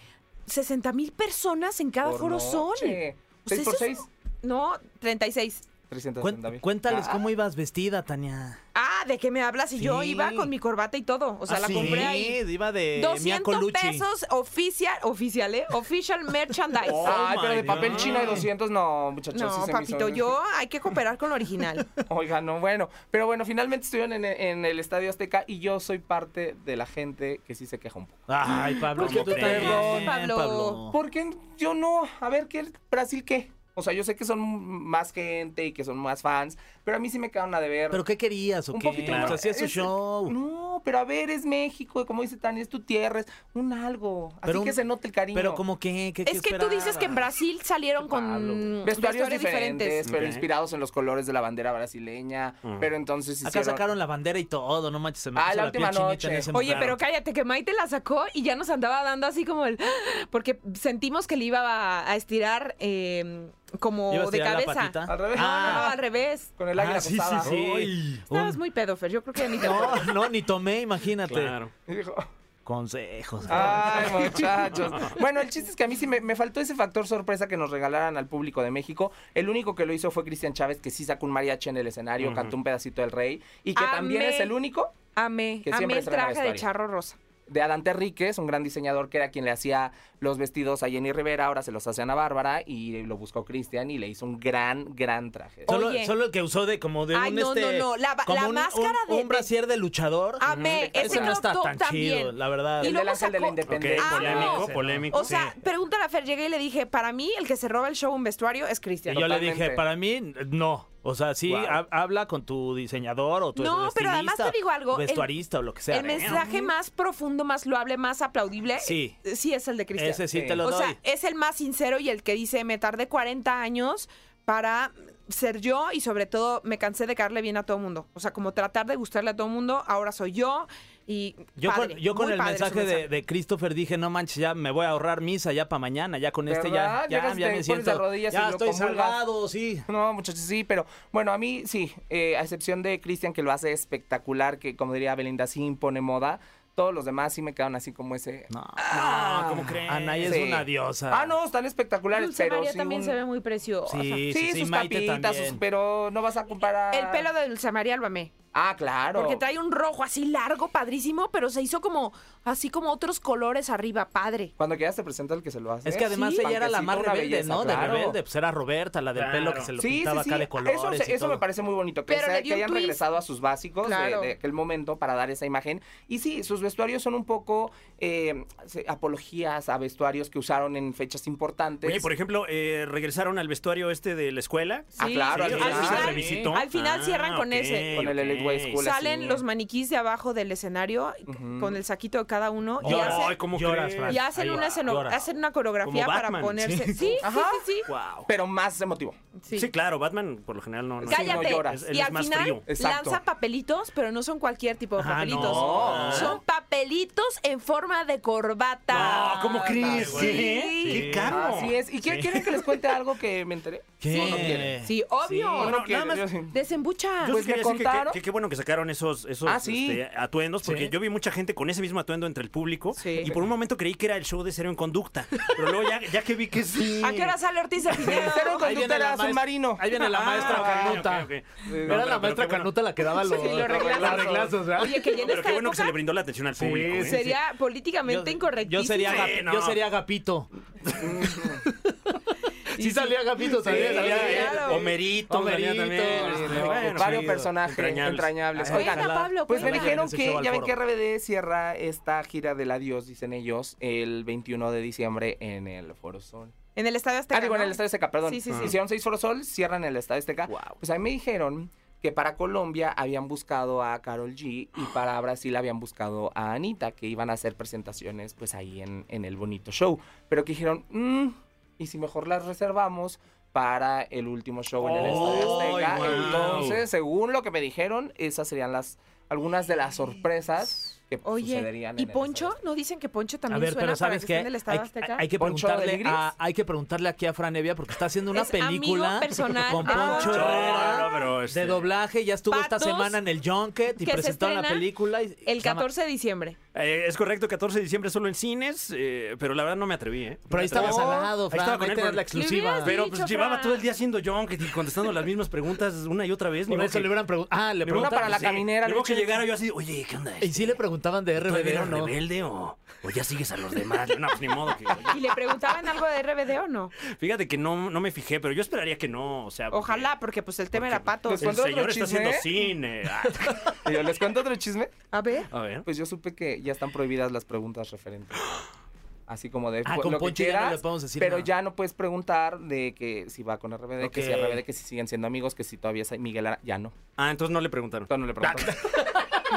S2: 60 mil personas en cada
S8: por
S2: foro son.
S8: noche.
S2: Pues
S8: ¿Seis por
S2: eso es-
S8: seis?
S2: No, 36.
S4: Cuen-
S8: 360 mil.
S4: cuéntales
S8: Ah,
S4: cómo ibas vestida, Tania.
S2: Ah, ¿de qué me hablas? Y yo
S4: Sí.
S2: iba con mi corbata y todo. O sea,
S4: Ah,
S2: la
S4: sí,
S2: compré ahí.
S4: Iba
S8: Eh,
S4: de Mia
S2: 200
S4: Colucci.
S2: pesos oficial, oficial, ¿eh? Official merchandise.
S3: Oh,
S8: Ay, pero de
S3: my
S8: papel
S3: God.
S8: chino de 200, no, muchachos. sí
S2: no,
S8: se me hizo-
S2: papito, yo hay que cooperar con lo original.
S8: Oiga, no, bueno. Pero bueno, finalmente estuvieron en, en el Estadio Azteca y yo soy parte de la gente que sí se queja un poco.
S4: Ay, Pablo,
S3: ¿Por qué
S4: tú
S3: te
S4: también,
S2: perdón, Pablo?
S4: Pablo.
S8: ¿Por qué yo no? A ver, ¿qué? ¿Brasil qué? O sea, yo sé que son más gente y que son más fans, pero a mí sí me quedaron a deber.
S4: ¿Pero qué querías o
S8: un
S4: qué?
S8: poquito
S4: O
S8: más.
S4: sea, sí es su
S8: Es-
S4: show.
S8: No, pero a ver, es México, y como dice Tania, es tu tierra, es un algo. Así
S4: Pero
S8: que
S4: un-
S8: se note el cariño.
S4: Pero como que... ¿Qué- qué
S2: Es que tú dices que en
S4: esperabas?
S2: Brasil salieron
S8: Pablo.
S2: con
S8: Vestuarios, diferentes, pero inspirados en los colores de la bandera brasileña. Pero entonces
S4: Mm. Acá
S8: hicieron-
S4: sacaron la bandera y todo, no manches, se me
S8: Ah,
S4: puso
S8: la
S4: la,
S8: última
S4: piel chinita
S8: noche.
S4: en ese
S2: Oye,
S4: momento.
S2: pero cállate, que Maite la sacó y ya nos andaba dando así como el. Porque sentimos que le iba a, a estirar eh, como
S4: ¿Ibas a
S2: de
S4: tirar la
S2: cabeza.
S4: patita?
S8: Al revés.
S2: No, no,
S4: Ah. Uh.
S2: al revés.
S8: Con el águila
S4: Ah, sí, sí,
S8: acostada.
S4: sí.
S2: Estabas muy pedo, Fer. Yo creo que ni te acuerdas.
S4: No, no, ni tomé, imagínate.
S7: Claro.
S8: Y dijo,
S4: Consejos.
S2: Ah,
S8: Ay, muchachos. Bueno, el chiste es que a mí sí me, me faltó ese factor sorpresa que nos regalaran al público de México. El único que lo hizo fue Cristian Chávez, que sí sacó un mariachi en el escenario, cantó un pedacito del rey, y que también
S2: Amé.
S8: es el único
S2: Amé,
S8: Que
S2: amé
S8: siempre
S2: el
S8: traen la
S2: traje de
S8: vestuario.
S2: charro rosa.
S8: de Adán Terríquez, un gran diseñador que era quien le hacía los vestidos a Jenny Rivera, ahora se los hacían a Bárbara, y lo buscó Cristian y le hizo un gran, gran traje.
S4: Solo,
S2: Oye.
S4: solo el que usó de como de
S2: Ay,
S4: un
S2: no, no,
S4: este,
S2: no, la-
S4: como
S2: la
S4: un,
S2: máscara
S4: un-
S2: de-
S4: un brasier de luchador.
S2: Amé,
S8: Ujú.
S2: ese
S4: Ese no
S2: crop
S4: está
S2: top
S4: tan
S2: también.
S4: chido, la verdad.
S2: Y
S8: El
S2: luego
S8: del ángel de la
S2: sacó-
S8: independencia.
S2: Ok, polémico,
S8: Ese, ¿no?
S7: polémico.
S2: Ah, O sea, pregúntale a Fer, llegué y le dije, para mí, el que se roba el show un vestuario es
S4: Y
S2: Cristian.
S4: yo le
S8: Totalmente.
S4: dije, para mí, no. O sea, sí,
S8: Wow.
S4: ha- habla con tu diseñador o tu
S2: No, pero además
S4: estilista,
S2: te digo algo, el-
S4: Vestuarista o lo que sea.
S2: El mensaje más profundo, más loable, más aplaudible,
S4: Sí.
S2: eh, sí es el de Cristian.
S4: Ese sí,
S8: Sí.
S4: te lo
S2: O
S4: doy.
S2: sea, es el más sincero y el que dice, me tardé 40 años para ser yo y sobre todo me cansé de caerle bien a todo mundo. O sea, como tratar de gustarle a todo mundo, ahora soy yo y...
S4: yo
S2: padre,
S4: con, yo con
S2: muy
S4: el
S2: padre su
S4: mensaje, De, de Christopher dije, no manches, ya me voy a ahorrar misa ya para mañana, ya con este ya,
S8: ¿Verdad?
S4: ya,
S8: Llegas y
S4: ya me
S8: te pones
S4: siento.
S8: de rodillas y
S4: ya
S8: lo
S4: estoy
S8: comulgas.
S4: salvado, sí.
S8: No, muchachos, sí, pero bueno, a mí sí, eh, a excepción de Cristian que lo hace espectacular, que como diría Belinda, sí impone moda, todos los demás sí me quedan así como ese...
S4: No,
S8: Ah,
S4: no, ¿cómo crees? Anaí es
S8: Sí.
S4: una diosa.
S8: Ah, no, están espectaculares,
S2: Dulce
S8: pero
S2: María
S8: sí
S2: también
S8: un-
S2: se ve muy preciosa.
S4: Sí, sí,
S8: Sí,
S4: sí,
S8: sus
S4: Maite
S8: capitas, sus-
S4: también.
S8: pero no vas a comparar...
S2: El pelo de Dulce María lo amé.
S8: Ah, claro.
S2: Porque trae un rojo así largo, padrísimo, pero se hizo como así como otros colores arriba, padre.
S8: Cuando quieras te presenta el que se lo hace.
S4: Es que además ella era la
S8: Panquecito,
S4: más
S8: una
S4: rebelde,
S8: belleza,
S4: ¿no?
S8: claro.
S4: De rebelde, pues era Roberta, la del pelo que se lo
S8: Sí, sí,
S4: pintaba
S8: sí.
S4: acá de colores
S8: Eso, se-
S4: y
S8: eso me
S4: todo.
S8: parece muy bonito. Que,
S2: Pero
S8: se-
S2: le dio
S8: que
S2: un
S8: hayan
S2: twist.
S8: regresado a sus básicos de-
S2: Claro.
S8: de, aquel momento para dar esa imagen. Y sí, sus vestuarios son un poco eh, se- apologías a vestuarios que usaron en fechas importantes.
S3: Oye, por ejemplo, eh, regresaron al vestuario este de la escuela.
S8: Ah, claro,
S3: Sí,
S8: al
S3: sí,
S8: final.
S3: se revisitó. Ah,
S2: al final cierran con
S3: ok,
S2: ese.
S8: Con el Elite Way School. Hola,
S2: Salen
S8: sí.
S2: los maniquís de abajo del escenario
S8: Ujú.
S2: con el saquito de cada uno y
S4: Lloras.
S2: hacen,
S3: Ay, ¿cómo
S4: Lloras,
S3: crees?
S4: Fran.
S2: y hacen
S4: Ahí
S2: una,
S4: va.
S2: esceno-
S4: Lloras.
S2: hacen una coreografía
S3: Como
S2: para
S3: Batman,
S2: ponerse. Sí,
S3: sí.
S2: sí,
S8: Ajá.
S2: sí, sí.
S3: Wow.
S8: Pero más emotivo.
S2: Sí.
S3: Sí. claro, Batman por lo general no. no
S2: Cállate.
S8: no lloras.
S3: Es- él
S2: y
S3: es
S2: al
S3: más
S2: final Ah,
S3: frío.
S8: Exacto.
S2: lanza papelitos, pero no son cualquier tipo de
S4: Ah,
S2: papelitos.
S4: no.
S2: Son papelitos en forma de corbata.
S3: No, ¿cómo crees?
S8: Sí.
S3: ¿Qué?
S4: Sí.
S3: Qué caro.
S8: Así es. ¿Y qué- quieren que les cuente algo que me enteré?
S4: ¿Qué?
S8: No, no quieren.
S2: Sí,
S8: No,
S2: obvio.
S8: no
S3: nada
S8: quieren,
S3: más-
S8: yo sí.
S2: Desembucha.
S3: Yo
S8: Pues
S3: sí quería
S8: me
S3: decir que-
S8: contaron-
S3: que qué bueno que sacaron esos, esos
S8: Ah, sí.
S3: este, atuendos, porque
S4: Sí.
S3: yo vi mucha gente con ese mismo atuendo entre el público
S2: Sí.
S3: y por un momento creí que era el show de Cero en Conducta, pero luego ya, ya que vi que sí.
S2: ¿A qué hora sale Ortiz de Pinedo?
S8: Cero
S4: Ahí viene
S8: conducta
S4: la
S8: era
S4: maestra-
S8: submarino.
S4: Ahí viene la maestra
S3: Ah, ok,
S4: Canuta.
S3: ok, ok. No,
S4: Era
S3: pero-
S4: la
S3: pero
S4: maestra
S3: qué bueno-
S4: Canuta la que daba los,
S2: Sí, los
S4: los
S2: reglazos.
S4: reglazos, ¿verdad?
S2: Oye, que ya en
S3: Pero
S2: esta
S3: qué bueno que se
S2: época
S3: le brindó la atención al público. ¿eh?
S2: sería políticamente incorrectísimo.
S4: Yo sería,
S3: Sí,
S4: Agap-
S3: no.
S4: yo sería Agapito. sí, salía Agapito, salía,
S3: Sí,
S4: salía,
S3: eh,
S2: claro.
S3: Homerito, salía
S4: Homerito,
S3: también.
S4: este,
S3: este, bueno,
S8: varios
S3: sí,
S8: personajes entrañables.
S3: entrañables.
S2: Oigan,
S8: Ojalá.
S2: a Pablo,
S8: Pues me
S2: cuéntame.
S4: Ojalá
S8: dijeron
S4: regresen ese
S8: que
S4: show al
S8: ya ven
S4: foro.
S8: que RBD cierra esta gira del adiós, dicen ellos, el 21 de diciembre en el Foro Sol.
S2: En el Estadio Azteca.
S8: Ah, digo, en
S2: ¿no?
S8: el Estadio Azteca, perdón.
S2: Sí, sí, sí.
S8: Hicieron seis Foro Sol, cierran el Estadio Azteca. Pues a mí me dijeron que para Colombia habían buscado a Carol G
S2: Ah.
S8: y para Brasil habían buscado a Anita, que iban a hacer presentaciones pues ahí en, en el bonito show. Pero que dijeron, "Mm, y si mejor las reservamos para el último show en el Estadio
S4: ¡Ay,
S8: Azteca.
S4: guau!
S8: Entonces, según lo que me dijeron, esas serían las algunas de las sorpresas que
S2: Oye,
S8: sucederían
S2: ¿y
S8: en el
S2: Poncho?
S8: Estadio
S2: ¿No dicen que Poncho
S4: A
S2: también
S4: ver,
S2: suena para
S4: pero ¿sabes
S2: que esté
S4: qué?
S2: en el
S4: Hay,
S2: Estadio Azteca?
S4: hay- hay que
S8: ¿Poncho
S4: preguntarle
S8: Alegría?
S4: a- hay que preguntarle aquí a Fran Evia porque está haciendo una
S2: Es amigo
S4: película
S2: personal.
S4: con
S2: Ah. No,
S4: Poncho Herrera
S3: no, pero
S4: de
S3: este-
S4: doblaje. Ya estuvo esta
S2: Patos,
S4: semana en el Junket y
S2: que se
S4: presentó la
S2: estrena
S4: película. y-
S2: El
S4: se llama-
S2: 14 de diciembre.
S3: Eh, es correcto, 14 de diciembre solo en cines, eh, pero la verdad no me atreví, ¿eh?
S4: Pero ahí
S3: No me
S4: estabas
S3: atreví.
S4: al lado,
S3: Ahí
S4: Fran.
S3: estaba con
S4: ahí
S3: él,
S4: tenías
S3: pero-
S4: la exclusiva.
S2: Le
S3: Pero
S2: Dicho,
S3: pues llevaba
S2: Fran.
S3: todo el día haciendo junket y contestando las mismas preguntas una y otra vez. ni
S4: Por
S3: modo
S4: eso
S3: que-
S4: le hubieran preguntado. Ah, le
S3: ni modo
S8: Una
S4: preguntaron.
S3: que-
S8: para la
S3: sí,
S8: caminera,
S3: ni modo que
S8: Lucho.
S3: llegara yo así, oye, ¿qué onda?
S4: Y sí le preguntaban de
S3: ¿Todavía
S4: RBD o
S3: eres
S4: no.
S3: rebelde o, o ya sigues a los demás? No, pues ni modo que...
S2: ¿Y le preguntaban algo de RBD o no?
S3: Fíjate que no, no me fijé, pero yo esperaría que no, o sea... porque
S2: Ojalá, porque pues el tema era patos.
S8: Pues,
S3: El
S8: ¿Encontró otro
S3: señor está
S8: chisme?
S3: haciendo cine. Ah,
S8: Azteca. Y yo les cuento otro chisme.
S2: A ver.
S3: A ver.
S8: Pues yo supe que ya están prohibidas las preguntas referentes. Así como de
S4: Ah,
S8: pues,
S4: con
S8: lo que
S4: Poncho ya no
S8: quieras,
S4: le podemos decir
S8: pero
S4: nada.
S8: ya no puedes preguntar de que si va con RBD, que si
S4: Ok.
S8: RBD, que si siguen siendo amigos, que si todavía es Miguel Ara- ya no.
S3: Ah, entonces no le preguntaron.
S8: Entonces no le preguntas.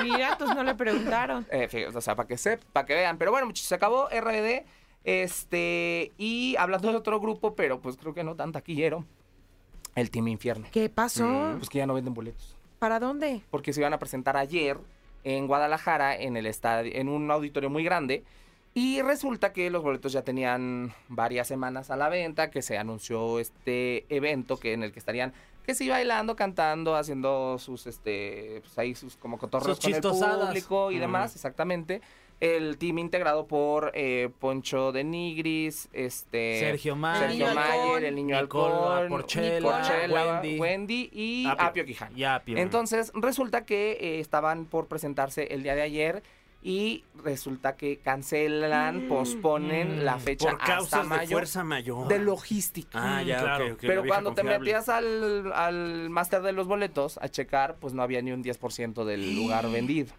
S2: Mira, entonces no le preguntaron.
S8: Eh, fí- o sea, para que sepa, para que vean. Pero bueno, muchachos, se acabó RBD. Este, y hablando de otro grupo, pero pues creo que no tan taquillero, el Team Infierno.
S2: ¿Qué pasó?
S8: Pues que ya no venden boletos.
S2: ¿Para dónde?
S8: Porque se iban a presentar ayer en Guadalajara, en el estadio, en un auditorio muy grande. Y resulta que los boletos ya tenían varias semanas a la venta, que se anunció este evento que en el que estarían que sí bailando, cantando, haciendo sus este pues ahí sus como cotorreos
S4: Sus
S8: con el
S4: chistosadas.
S8: público y demás, exactamente. El team integrado por eh, Poncho de Nigris, este
S4: Sergio Mayer,
S8: Sergio
S2: Niño Halcón,
S8: Mayer, el niño
S4: Nicola
S8: alcohol,
S4: Porchela, Wendy. Ah,
S8: Wendy. y
S4: Apio.
S8: Apio, Quijano.
S4: Ya, Pio.
S8: Entonces, resulta que eh, estaban por presentarse el día de ayer y resulta que cancelan, posponen la fecha
S3: Mm. Por
S8: hasta
S3: causas de
S8: mayo
S3: fuerza mayor.
S8: de logística.
S3: Ah, ya,
S4: Claro.
S3: ok, ok, la
S8: Pero
S3: vieja
S8: cuando te
S3: confiable.
S8: metías al, al máster de los boletos a checar, pues no había ni un 10% del lugar vendido.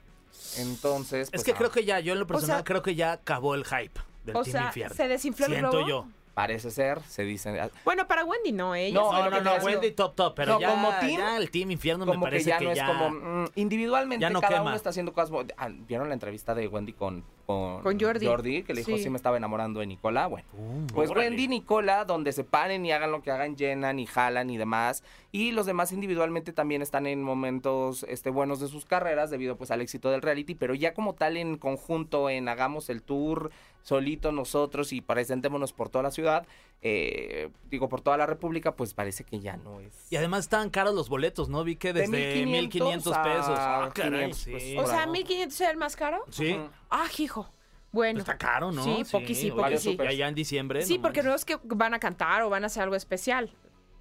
S8: Entonces,
S4: es
S8: pues,
S4: que
S8: ah,
S4: creo que ya, yo en lo personal
S2: sea-
S4: creo que ya acabó el hype del
S2: O
S4: Team
S2: sea,
S4: Infierno.
S2: ¿se desinfló el
S4: Siento
S2: globo?
S4: yo.
S8: parece ser, se dicen. ah,
S2: Bueno, para Wendy no, ¿eh? ella.
S8: No,
S2: sabe
S4: No,
S2: lo
S4: no,
S2: que
S4: no,
S2: te hace.
S4: Wendy top top, pero
S8: No,
S4: ya,
S8: como team,
S4: ya el Team Infierno me
S8: Como que
S4: parece
S8: ya no es como mm, individualmente
S4: ya no
S8: cada
S4: quema.
S8: uno está haciendo cosas. bo- ah, ¿Vieron la entrevista de Wendy con, con,
S2: Con Jordi.
S8: Que le dijo,
S2: Sí.
S8: sí me estaba enamorando de Nicola. Bueno,
S4: Uh,
S8: pues
S3: órale.
S8: Wendy y Nicola, donde se paren y hagan lo que hagan, llenan y jalan y demás. Y los demás individualmente también están en momentos este, buenos de sus carreras debido pues al éxito del reality, pero ya como tal en conjunto, en hagamos el tour solito nosotros y presentémonos por toda la ciudad, eh, digo, por toda la república, pues parece que ya no es.
S4: Y además estaban caros los boletos, ¿no? Vi que
S8: De
S4: desde 1500
S8: a
S4: pesos.
S8: Ah,
S4: caray,
S8: 500,
S4: sí.
S8: pues,
S2: O
S8: por
S2: sea,
S8: ahora.
S2: 1500 era el más caro.
S4: Sí. pues
S8: Ujú.
S2: Ah, hijo. Bueno.
S4: Está caro, ¿no?
S2: Sí, poqui sí, poqui
S4: oye,
S8: sí.
S4: súper. Allá en diciembre.
S2: sí,
S4: no
S2: porque no
S4: manches.
S2: es que van a cantar o van a hacer algo especial.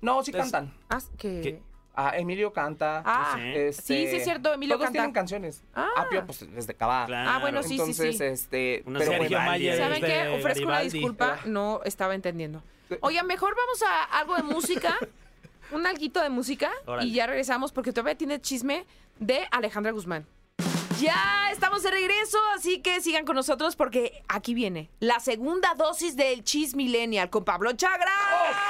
S8: No, sí
S4: Entonces-
S8: cantan.
S2: Ah, que...
S4: ¿Qué?
S8: Ah, Emilio canta.
S2: Ah,
S3: ¿eh?
S2: sí, sí es cierto, Emilio
S8: todos
S2: canta.
S8: tienen canciones.
S2: Ah.
S8: Apio, pues desde Cabá.
S3: Claro.
S2: Ah, bueno, sí, sí,
S8: Entonces,
S2: sí.
S8: este.
S3: Una
S8: pero
S3: Sergio
S8: bueno,
S3: Mayer.
S2: ¿Saben
S4: de
S2: qué? Ofrezco una
S4: Garibaldi.
S2: disculpa, no estaba entendiendo. Oigan, mejor vamos a algo de música, un alguito de música,
S4: Órale.
S2: y ya regresamos porque todavía tiene chisme de Alejandra Guzmán. Ya estamos de regreso, así que sigan con nosotros porque aquí viene la segunda dosis del Chis Millennial con Pablo Chagra.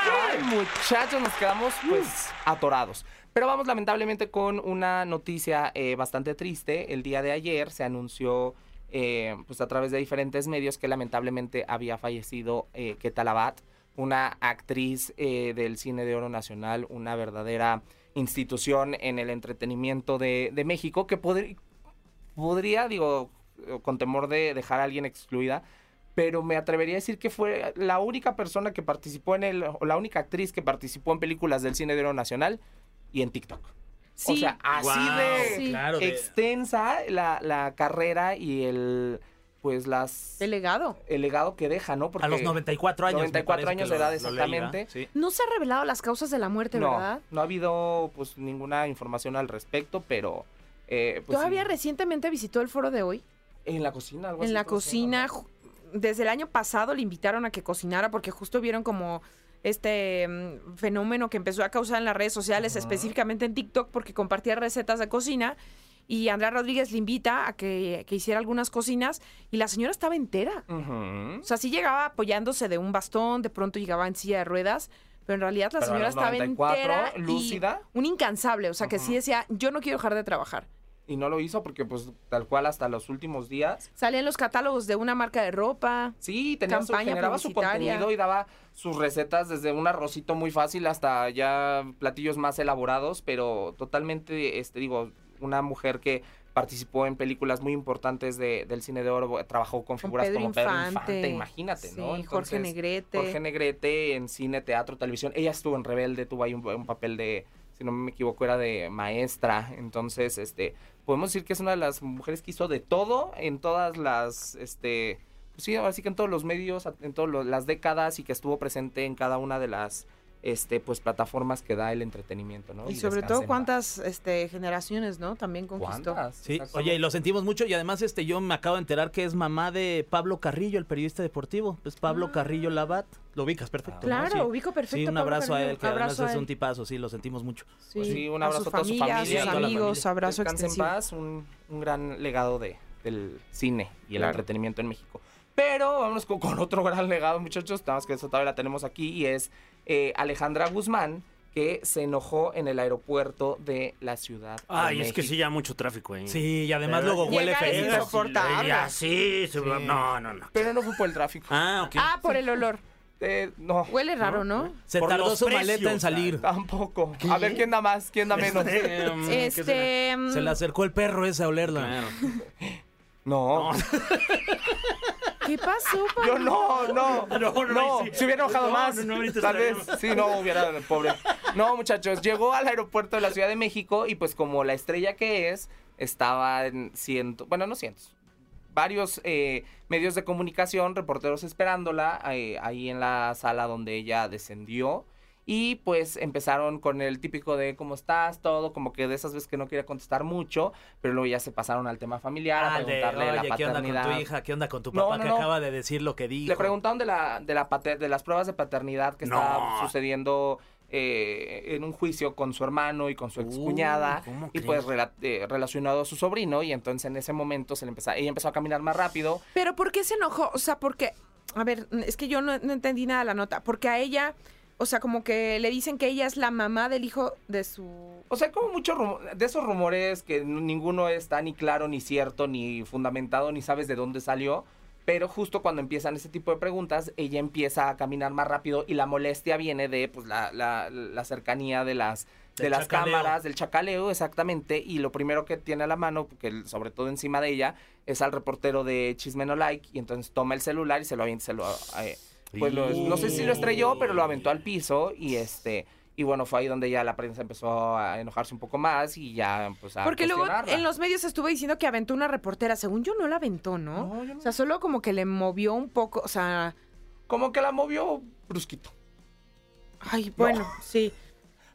S8: Ay, muchachos, nos quedamos pues atorados. Pero vamos lamentablemente con una noticia eh, bastante triste. El día de ayer se anunció eh, pues a través de diferentes medios que lamentablemente había fallecido eh, Keta Labat, una actriz eh, del cine de oro nacional, una verdadera institución en el entretenimiento de, de México que podri- podría, digo, eh, con temor de dejar a alguien excluida, pero me atrevería a decir que fue la única persona que participó en el, o la única actriz que participó en películas del cine de oro nacional y en TikTok.
S2: Sí,
S8: o sea, así
S4: Guau,
S8: de
S2: Sí.
S4: Claro, de-
S8: extensa la, la carrera y el, pues las, el,
S2: delegado.
S8: legado que deja, ¿no?
S4: a los 94 años. me parece
S8: 94
S4: que
S8: años de
S4: lo- lo
S8: edad,
S4: leí, ¿verdad?
S8: exactamente.
S4: Sí.
S2: No se han revelado las causas de la muerte,
S8: No,
S2: ¿verdad?
S8: no ha habido pues ninguna información al respecto, pero... eh, pues,
S2: Todavía
S8: sí.
S2: recientemente visitó el foro de hoy.
S8: En la cocina, algo así
S2: En la
S8: estaba haciendo,
S2: cocina,
S8: ¿no?
S2: ju- desde el año pasado le invitaron a que cocinara porque justo vieron como este mm, fenómeno que empezó a causar en las redes sociales, específicamente en TikTok, porque compartía recetas de cocina. Y Andrea Rodríguez le invita a que, que hiciera algunas cocinas y la señora estaba entera.
S8: Ujú.
S2: O sea, sí llegaba apoyándose de un bastón, de pronto llegaba en silla de ruedas, pero en realidad la
S8: Pero a
S2: señora
S8: los
S2: estaba
S8: 94,
S2: entera. y
S8: lúcida.
S2: Un incansable, o sea, que sí decía, yo no quiero dejar de trabajar.
S8: Y no lo hizo porque, pues, tal cual hasta los últimos días.
S2: Salía en los catálogos de una marca de ropa.
S8: Sí, tenía su,
S2: Campaña
S8: generaba su
S2: publicitaria.
S8: contenido y daba sus recetas desde un arrocito muy fácil hasta ya platillos más elaborados, pero totalmente, este, digo, una mujer que participó en películas muy importantes de- del cine de oro, trabajó con
S2: Con
S8: figuras
S2: Pedro
S8: como Pedro Infante,
S2: Infante,
S8: imagínate,
S2: sí,
S8: ¿no?
S2: Jorge
S8: Entonces,
S2: Negrete.
S8: Jorge Negrete en cine, teatro, televisión. Ella estuvo en Rebelde, tuvo ahí un, un papel de, si no me equivoco, era de maestra. Entonces, este, podemos decir que es una de las mujeres que hizo de todo en todas las, este, pues sí, ahora sí que en todos los medios, en todas las décadas y que estuvo presente en cada una de las, este, pues plataformas que da el entretenimiento, ¿no?
S2: Y, sobre
S8: descanse en
S2: todo
S8: paz.
S2: cuántas este, generaciones, ¿no? También conquistó.
S8: ¿Cuántas?
S4: Sí,
S8: Exacto.
S4: oye, y lo sentimos mucho y además este yo me acabo de enterar que es mamá de Pablo Carrillo, el periodista deportivo. Pues Pablo Carrillo Labat, lo ubicas
S8: Pues
S4: perfecto. ¿no?
S2: Ah. Claro,
S4: Sí.
S2: ubico perfecto.
S4: Sí, un
S2: Pablo
S4: abrazo a
S2: Carrillo.
S4: él, que
S2: Abrazo
S4: además
S2: a
S4: es
S2: él.
S4: un tipazo, sí, lo sentimos mucho.
S2: Sí,
S8: Pues sí, un
S2: a
S8: abrazo
S2: su
S8: a toda su
S2: familia,
S8: familia,
S2: a
S8: a
S2: sus
S8: toda la
S2: amigos,
S8: familia.
S2: abrazo
S8: Descanse en
S2: extensivo.
S8: paz, un, un gran legado de, del cine y el entretenimiento en México. Pero vámonos con, con otro gran legado, muchachos. Nada más que esa todavía la tenemos aquí y es eh, Alejandra Guzmán, que se enojó en el aeropuerto de la ciudad. de
S3: Ay, es que
S8: México.
S3: sí, ya mucho tráfico, ¿eh?
S4: Sí, y además luego
S2: Llegar
S4: huele
S2: es
S4: feo.
S2: insoportable.
S3: Ya, sí, se- No, no, no.
S8: Pero no fue por el tráfico.
S3: Ah, ok.
S2: Ah, por el olor.
S8: Eh, no,
S2: Huele raro, ¿no?
S4: Se
S3: Por
S4: tardó
S3: los
S4: su maleta
S3: precios,
S4: en salir.
S8: tampoco. A ver quién da más, quién da menos.
S3: Em, ¿qué será?
S2: Este. mm,
S4: Se le acercó el perro ese a olerla.
S3: Claro.
S8: No,
S2: ¿Qué pasó, pa-
S8: yo no, no, no,
S3: no, ahí sí.
S8: se hubiera enojado
S3: No,
S8: más,
S3: no, no, ahorita
S8: tal vez,
S3: estaríamos.
S8: sí, no hubiera, pobre. No, muchachos, llegó al aeropuerto de la Ciudad de México y pues como la estrella que es, estaba en cientos, bueno, no cientos, varios eh, medios de comunicación, reporteros esperándola eh, ahí en la sala donde ella descendió. Y pues empezaron con el típico de cómo estás, todo, como que de esas veces que no quería contestar mucho, pero luego ya se pasaron al tema familiar, a
S4: Ah, de,
S8: preguntarle la
S4: Oye, ¿qué
S8: paternidad.
S4: onda con tu hija? ¿Qué onda con tu
S8: No,
S4: papá
S8: no,
S4: que
S8: no.
S4: acaba de decir lo que dijo?
S8: Le preguntaron de, la, de, la pater- de las pruebas de paternidad que
S3: No.
S8: estaba sucediendo eh, en un juicio con su hermano y con su excuñada.
S3: ¿cómo
S8: y
S3: crees?
S8: pues rela- eh, relacionado a su sobrino. Y entonces en ese momento se le empezó, ella empezó a caminar más rápido.
S2: Pero ¿por qué se enojó? O sea, porque. A ver, es que yo no, no entendí nada la nota. Porque a ella. O sea, como que le dicen que ella es la mamá del hijo de su.
S8: O sea, como muchos rumo- de esos rumores que n- ninguno está ni claro, ni cierto, ni fundamentado, ni sabes de dónde salió. Pero justo cuando empiezan ese tipo de preguntas, ella empieza a caminar más rápido y la molestia viene de pues, la, la- la cercanía de las, de
S4: Del
S8: las
S4: chacaleo.
S8: cámaras, del chacaleo, exactamente. Y lo primero que tiene a la mano, que el- sobre todo encima de ella, es al reportero de Chisme No Like. Y entonces toma el celular y se lo avienta, se lo, eh, pues lo- no sé si lo estrelló, pero lo aventó al piso y este y bueno, fue ahí donde ya la prensa empezó a enojarse un poco más y ya pues a
S2: Porque luego
S8: cuestionarla.
S2: en los medios estuvo diciendo que aventó una reportera. Según yo, no la aventó, ¿no? O sea, solo como que le movió un poco. O sea.
S8: como que la movió brusquito.
S2: Ay, bueno, sí.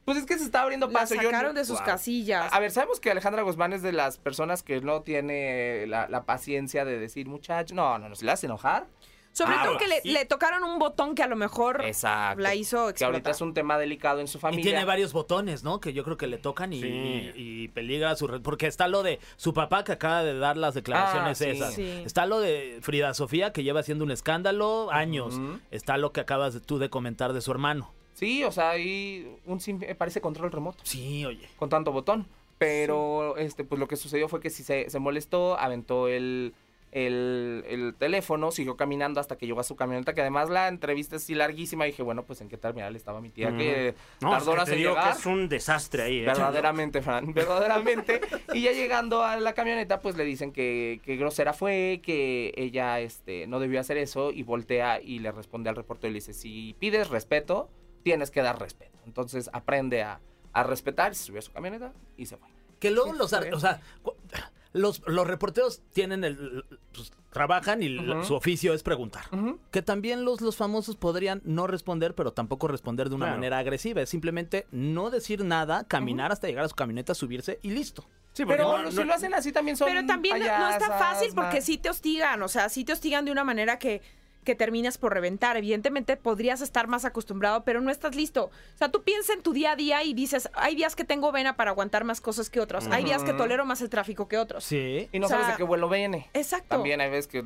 S8: Pues es que se está abriendo
S2: La
S8: paso. yo no-
S2: sacaron de sus
S8: Wow.
S2: casillas.
S8: A ver, sabemos que Alejandra Guzmán es de las personas que no tiene la, la paciencia de decir, muchacho, no, no, no, se la hace enojar.
S2: Sobre
S3: Ah,
S2: todo que le,
S3: sí.
S2: le tocaron un botón que a lo mejor
S8: Exacto.
S2: la hizo
S8: Que
S2: explotar.
S8: ahorita es un tema delicado en su
S4: Y
S8: familia.
S4: tiene varios botones, ¿no? Que yo creo que le tocan y,
S3: Sí.
S4: y- y peligra su... re- Porque está lo de su papá que acaba de dar las declaraciones
S8: Ah, sí.
S4: esas.
S2: Sí.
S4: Está lo de Frida Sofía que lleva haciendo un escándalo años.
S8: Ujú.
S4: Está lo que acabas de- tú de comentar de su hermano.
S8: Sí, o sea, ahí un sin- eh, parece control remoto.
S4: Sí, oye.
S8: con tanto botón. Pero este, pues lo que sucedió fue que si se, se molestó, aventó el, el, el teléfono, siguió caminando hasta que llegó a su camioneta, que además la entrevista es así larguísima. Y dije, bueno, pues en qué terminal estaba mi tía, que
S3: No, es
S8: tardó
S3: que
S8: horas
S3: te
S8: en
S3: digo que
S8: llegar.
S3: es un desastre ahí, ¿eh?
S8: Verdaderamente, Fran, verdaderamente. y ya llegando a la camioneta, pues le dicen que, que grosera fue, que ella este, no debió hacer eso y voltea y le responde al reportero y le dice, si pides respeto, tienes que dar respeto. Entonces aprende a, a respetar, se subió a su camioneta y se fue.
S4: Que luego los, ar- o sea, cu- los, los reporteros tienen el, pues, trabajan y la-
S8: Ujú.
S4: su oficio es preguntar.
S8: Ujú.
S4: Que también los, los famosos podrían no responder, pero tampoco responder de una
S3: Claro.
S4: manera agresiva. Es simplemente no decir nada, caminar hasta llegar a su camioneta, subirse y listo.
S3: Sí, porque
S8: Pero
S3: no- no-
S8: si lo hacen así también son
S2: Pero también no- no es tan
S8: payasas,
S2: fácil porque
S8: man.
S2: sí te hostigan, o sea, sí te hostigan de una manera que, que terminas por reventar. Evidentemente podrías estar más acostumbrado, pero no estás listo. O sea, tú piensas en tu día a día y dices, hay días que tengo vena para aguantar más cosas que otros, hay días que tolero más el tráfico que otros.
S4: Sí.
S8: Y no
S2: o sea,
S8: sabes de qué vuelo viene.
S2: Exacto.
S8: También hay veces que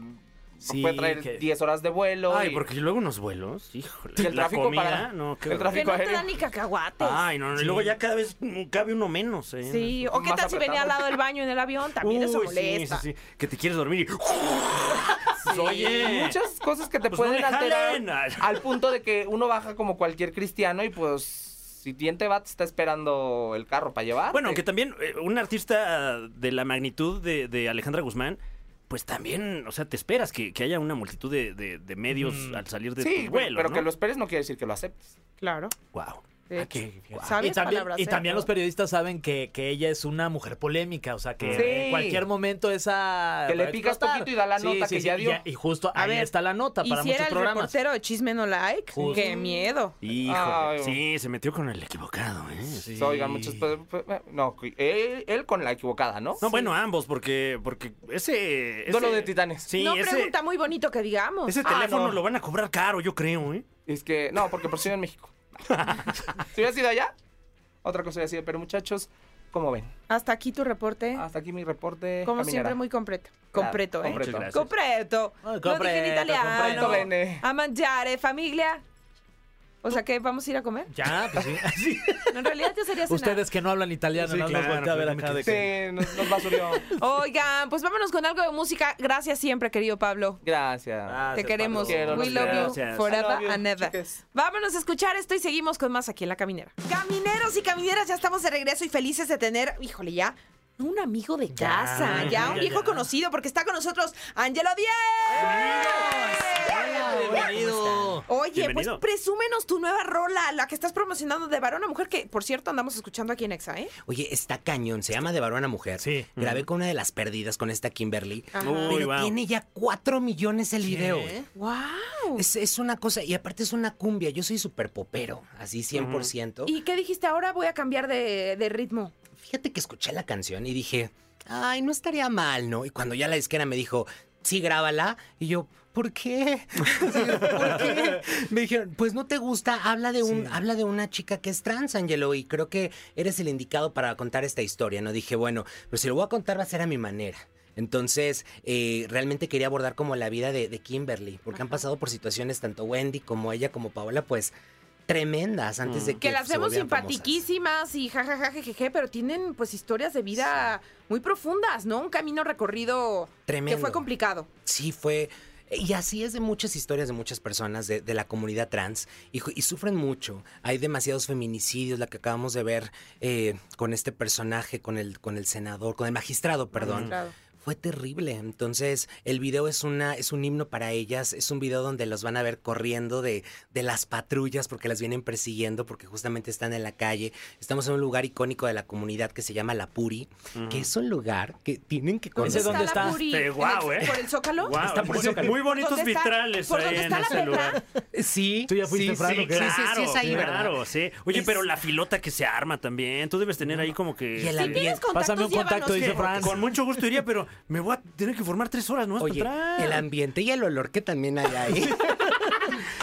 S4: Sí,
S8: puede traer
S4: que-
S8: 10 horas de vuelo.
S3: Ay,
S8: y-
S3: porque luego unos vuelos, híjole.
S8: Y el
S3: la
S8: tráfico
S3: comida,
S8: para-
S3: no, qué
S8: el
S3: horror.
S2: Que
S8: tráfico
S2: no te
S8: aéreo.
S2: dan ni cacahuates.
S3: Ay, no, no, y luego ya cada vez mm, cabe uno menos, ¿eh?
S2: sí, o qué
S8: Más
S2: tal si venía al
S8: apretado.
S2: lado del baño en el avión, también eso
S3: Uy, sí,
S2: molesta.
S3: sí, sí, Que te quieres dormir y. Pues, Oye.
S8: Muchas cosas que te
S3: Pues no
S8: pueden
S3: le
S8: alterar
S3: jalen. Ay.
S8: al punto de que uno baja como cualquier cristiano y pues si bien te va, te está esperando el carro para llevar.
S3: Bueno, que también eh, un artista de la magnitud de, de Alejandra Guzmán, pues también, o sea, te esperas que, que haya una multitud de, de- de medios al salir de
S8: Mm. Sí,
S3: tu
S8: bueno,
S3: vuelo.
S8: pero
S3: ¿no?
S8: que lo esperes no quiere decir que lo aceptes.
S2: Claro.
S3: Wow.
S2: de
S3: Ah, qué-
S2: hecho.
S3: wow.
S2: Sabias
S4: Y también,
S2: palabras,
S4: y
S2: ¿eh?
S4: también los periodistas saben que, que ella es una mujer polémica, o sea que
S8: Sí.
S4: en cualquier momento esa...
S8: Que le
S4: va a
S8: picas
S4: explotar.
S8: poquito y da la nota que ya
S4: y
S8: dio.
S4: Y, justo
S2: A
S4: ahí
S2: ver,
S4: está la nota
S2: Y
S4: para
S2: si
S4: muchos
S2: era el
S4: programas.
S2: reportero de Chisme No Like,
S4: Justo.
S2: qué miedo.
S3: Híjole.
S8: Ay,
S3: sí, se metió con el equivocado, ¿eh? Sí.
S8: Oigan, muchos... pues, pues, No, él, él con la equivocada, ¿no?
S3: No, bueno, ambos, porque, porque ese, ese-
S8: Duelo de titanes.
S3: Sí,
S2: no
S3: ese,
S2: pregunta muy bonito que digamos.
S3: ese
S8: Ah,
S3: teléfono
S8: no.
S3: lo van a cobrar caro, yo creo, ¿eh?
S8: Es que, no, porque por si en México. si hubiera sido allá, otra cosa hubiera sido. Pero muchachos, ¿Cómo ven?
S2: Hasta aquí tu reporte.
S8: Hasta aquí mi reporte.
S2: Como
S8: Ah, caminera.
S2: siempre, muy completo. Completo, ¿eh?
S8: completo. Muchas gracias.
S2: Completo.
S4: Ay,
S2: Lo dije en
S4: completo,
S2: italiano.
S8: completo, bene.
S2: A mangiare, familia. O sea, que ¿Vamos a ir a comer?
S4: Ya, pues sí.
S2: No, En realidad ya sería cenar.
S4: Ustedes que no hablan italiano,
S3: Sí,
S4: no nos
S3: claro,
S4: voltea a ver acá de que-
S8: Sí, nos, nos basurió.
S2: Oigan, pues vámonos con algo de música. Gracias siempre, querido Pablo.
S8: Gracias.
S4: "Ah,
S2: Te queremos.
S8: Quiero,
S2: We
S8: los
S2: love
S8: quiero.
S2: you
S3: Gracias.
S2: forever
S8: I love you,
S2: and ever.
S8: chiques.
S2: Vámonos a escuchar esto y seguimos con más aquí en La Caminera. Camineros y camineras, ya estamos de regreso y felices de tener, híjole, ya un amigo de casa, ya, un viejo conocido, porque está con nosotros Angelo Díaz.
S4: Bienvenido.
S2: Oye,
S7: Bienvenido.
S2: pues presúmenos tu nueva rola, la que estás promocionando de varón a mujer, que por cierto andamos escuchando aquí en Exa, ¿eh?
S9: Oye, está cañón, se llama De varón a mujer.
S4: Sí.
S9: Grabé con una de las perdidas con esta Kimberly.
S2: Ajá.
S7: Uy,
S9: pero
S7: wow.
S9: tiene ya cuatro millones el video.
S2: ¡Wow!
S9: Es, es una cosa, y aparte es una cumbia. Yo soy súper popero, así 100%.
S2: ¿Y qué dijiste? Ahora voy a cambiar de, de ritmo.
S9: fíjate que escuché la canción y dije, ay, no estaría mal, ¿no? Y cuando ya la disquera me dijo, sí, grábala, y yo, ¿por qué? Así, ¿Por qué? Me dijeron, pues no te gusta, habla de, un, habla de una chica que es trans, Angelo, y creo que eres el indicado para contar esta historia, ¿no? Dije, bueno, pero si lo voy a contar va a ser a mi manera. Entonces, eh, realmente quería abordar como la vida de, de Kimberly, porque han pasado por situaciones tanto Wendy como ella como Paola, pues tremendas antes de que...
S2: Que las
S9: se
S2: vemos
S9: volvieran famosas.
S2: simpatiquísimas y jajaja, jejeje, pero tienen pues historias de vida muy profundas, ¿no? Un camino recorrido que
S9: Tremendo.
S2: fue complicado.
S9: Sí, fue. Y así es de muchas historias de muchas personas de, de la comunidad trans y, ju- y sufren mucho. Hay demasiados feminicidios, la que acabamos de ver eh, con este personaje, con el, con el senador, con el magistrado, perdón.
S2: Magistrado.
S9: Fue terrible. Entonces, el video es una, es un himno para ellas. Es un video donde los van a ver corriendo de, de las patrullas porque las vienen persiguiendo, porque justamente están en la calle. Estamos en un lugar icónico de la comunidad que se llama La Puri, que es un lugar que tienen que
S2: ¿Dónde
S9: conocer.
S4: dónde está?
S2: la Puri?
S3: Este,
S2: ¿En el-
S3: guau, ¿eh?
S2: ¿Por el Zócalo?
S3: Guau, muy bonitos
S2: ¿Dónde está-
S3: vitrales
S2: por
S3: ahí
S2: dónde
S3: en
S2: está la
S3: ese
S2: letra?
S3: lugar.
S9: Sí.
S4: ¿Tú ya fuiste,
S9: sí,
S4: Fran,
S9: sí,
S4: o qué?
S9: sí, sí, sí, es ahí,
S3: claro,
S9: ¿verdad?
S3: sí. Oye, pero la filota que se arma también. Tú debes tener ahí como que...
S2: Si
S9: Y el
S2: tienes
S9: ambiente.
S2: contactos,
S4: Pásame un
S2: llévanos.
S4: contacto, dice Fran.
S3: Con mucho gusto iría, pero me voy a tener que formar tres horas, ¿no?
S9: Oye, el ambiente y el olor que también hay ahí.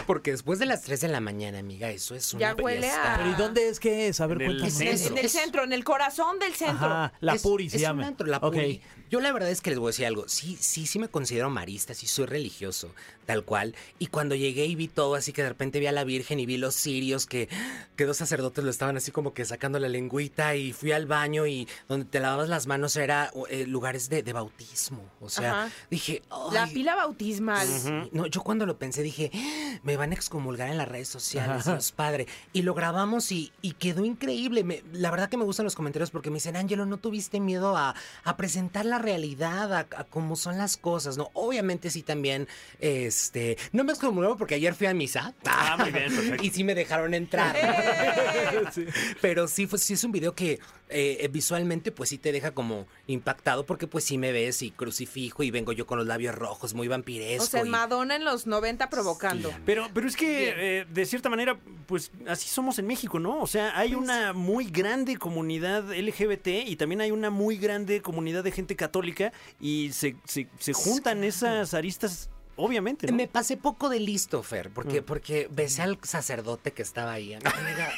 S9: Porque después de las 3 de la mañana, amiga, eso es
S2: Ya
S9: una
S2: huele
S9: fiesta.
S2: a-
S4: Pero ¿y dónde es que es? A ver,
S3: En el
S4: cuéntanos.
S2: En el- en el
S9: Es-
S2: centro, en el corazón del centro.
S4: Ajá, la
S9: Es-
S4: Puri se
S9: es un
S4: llama.
S9: antro, la
S4: Ok.
S9: Puri. Yo la verdad es que les voy a decir algo. Sí, sí, sí me considero marista, sí soy religioso, tal cual. Y cuando llegué y vi todo, así que de repente vi a la Virgen y vi los sirios que, que dos sacerdotes lo estaban así como que sacando la lengüita y fui al baño y donde te lavabas las manos era eh, lugares de, de bautismo. O sea,
S2: Ajá.
S9: dije...
S2: La
S9: "Ay,
S2: pila bautismal.
S9: Sí, No, yo cuando lo pensé dije, "Ah, me van a excomulgar en las redes sociales, Dios padre. Y lo grabamos y, y quedó increíble. Me- la verdad que me gustan los comentarios porque me dicen, Ángelo, ¿no tuviste miedo a, a presentar la realidad, a, a cómo son las cosas? No, obviamente sí también, este, no me excomulgaron porque ayer fui a misa.
S3: Ah, muy bien, perfecto. Eh.
S9: Y sí me dejaron entrar. Pero sí, fue- sí es un video que eh, visualmente pues sí te deja como impactado porque pues sí me ves y crucifijo y vengo yo con los labios rojos, muy vampiresco.
S2: O sea,
S9: y-
S2: Madonna en los 90 provocando.
S3: Pero, pero es que eh, de cierta manera, pues así somos en México, ¿no? O sea, hay una muy grande comunidad LGBT y también hay una muy grande comunidad de gente católica y se, se- se juntan esas aristas, obviamente, ¿no? Mm.
S9: Me pasé poco de listo, Fer, porque, porque besé al sacerdote que estaba ahí. Amiga,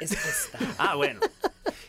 S9: es que está.
S3: Ah, bueno.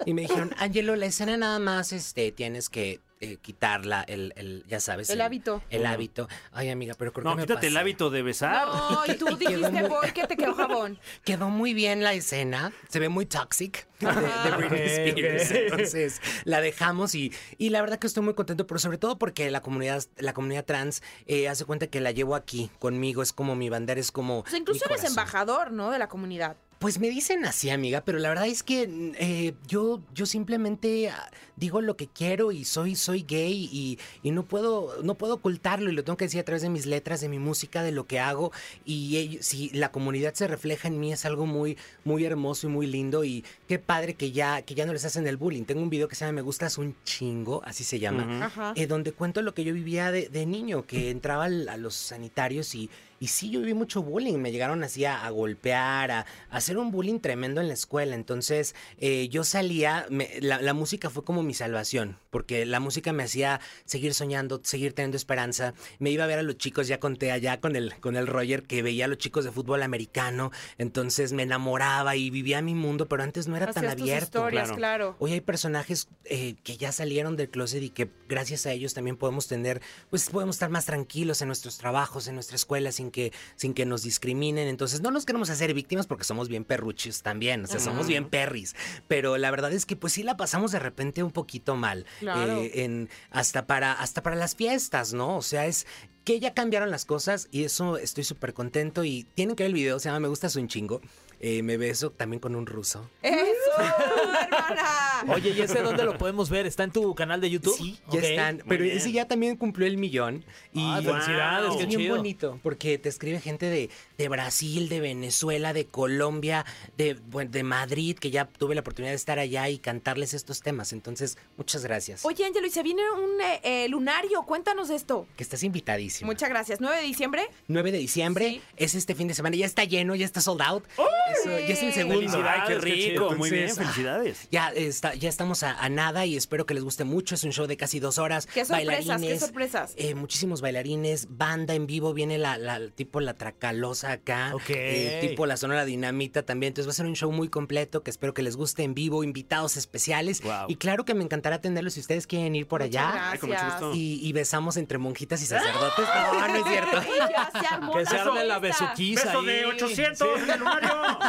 S9: Y me dijeron, Angelo, la escena nada más, este, tienes que eh, quitarla, el, el, ya sabes.
S2: El hábito.
S9: El hábito. Ay, amiga, pero creo
S3: No,
S9: que me
S3: quítate el
S9: pasé.
S3: hábito de besar.
S2: No, y tú dijiste, voy, que te quedó jabón.
S9: Quedó muy bien la escena, se ve muy toxic de,
S3: Ah.
S2: Ah.
S9: de Britney Spears. Entonces la dejamos y, y la verdad que estoy muy contento, pero sobre todo porque la comunidad, la comunidad trans eh, hace cuenta que la llevo aquí conmigo, es como mi bandera, es como.
S2: O sea, incluso
S9: mi
S2: eres
S9: corazón.
S2: embajador, ¿no? De la comunidad.
S9: Pues me dicen así, amiga, pero la verdad es que mm, eh, yo, yo simplemente ah, digo lo que quiero y soy, soy gay y, y no, puedo, no puedo ocultarlo y lo tengo que decir a través de mis letras, de mi música, de lo que hago. Y ello- si la comunidad se refleja en mí es algo muy, muy hermoso y muy lindo y qué padre que ya, que ya no les hacen el bullying. Tengo un video que se llama Me gustas un chingo, así se llama
S2: Ajá.
S9: eh, donde cuento lo que yo vivía de, de niño, que entraba al- a los sanitarios y, Y sí, yo viví mucho bullying. Me llegaron así a, a golpear, a, a hacer un bullying tremendo en la escuela. Entonces, eh, yo salía, me- la, la música fue como mi salvación, porque la música me hacía seguir soñando, seguir teniendo esperanza. Me iba a ver a los chicos, ya conté allá con el, con el Roger, que veía a los chicos de fútbol americano. Entonces, me enamoraba y vivía mi mundo, pero antes no era tan
S2: Hacías tus
S9: abierto.
S2: historias, claro.
S9: Hoy hay personajes eh, que ya salieron del closet y que gracias a ellos también podemos tener, pues podemos estar más tranquilos en nuestros trabajos, en nuestra escuela, sin que, sin que nos discriminen. Entonces no nos queremos hacer víctimas porque somos bien perruchos también, o sea, somos bien perris. Pero la verdad es que pues sí la pasamos de repente un poquito mal.
S2: Claro.
S9: Eh, en, hasta, para, hasta para las fiestas, ¿no? O sea, es que ya cambiaron las cosas y eso estoy súper contento y tienen que ver el video, se llama Me gustas un chingo. Eh, me beso también con un ruso.
S2: ¡Eso, hermana!
S4: Oye, ¿y ese dónde lo podemos ver? ¿Está en tu canal de YouTube?
S9: Sí, ya
S4: Ok.
S9: están. Pero
S7: bien.
S9: ese ya también cumplió el millón. Y
S4: Ah, felicidades, qué
S9: es bien
S4: chido.
S9: bonito. Porque te escribe gente de, de Brasil, de Venezuela, de Colombia, de, bueno, de Madrid, que ya tuve la oportunidad de estar allá y cantarles estos temas. Entonces, muchas gracias.
S2: Oye, Ángelo, y se viene un eh, eh, lunario. Cuéntanos esto.
S9: Que estás invitadísimo.
S2: Muchas gracias. 9 de diciembre.
S9: 9 de diciembre
S2: Sí.
S9: es este fin de semana. Ya está lleno, ya está sold out. Eso, ya es el segundo.
S3: Felicidades, qué rico. Muy bien,
S9: Entonces, ah,
S3: felicidades.
S9: Ya, está, ya estamos a, a nada y espero que les guste mucho. Es un show de casi dos horas.
S2: Qué sorpresas, qué
S9: Bailarines,
S2: sorpresas.
S9: eh, muchísimos bailarines, banda en vivo. Viene la, la- tipo la Tracalosa acá.
S4: Ok.
S9: eh, tipo la Sonora Dinamita también. Entonces va a ser un show muy completo que espero que les guste en vivo. Invitados especiales.
S3: Wow.
S9: Y claro que me encantará tenerlos si ustedes quieren ir por
S2: Muchas
S9: allá.
S3: Ay, con mucho
S2: gracias.
S3: gusto.
S9: Y, y besamos entre monjitas y sacerdotes. No, no es cierto.
S2: Y ya se armó
S4: Que se arme la
S2: fiesta.
S4: besuquiza ahí.
S3: en el lunario.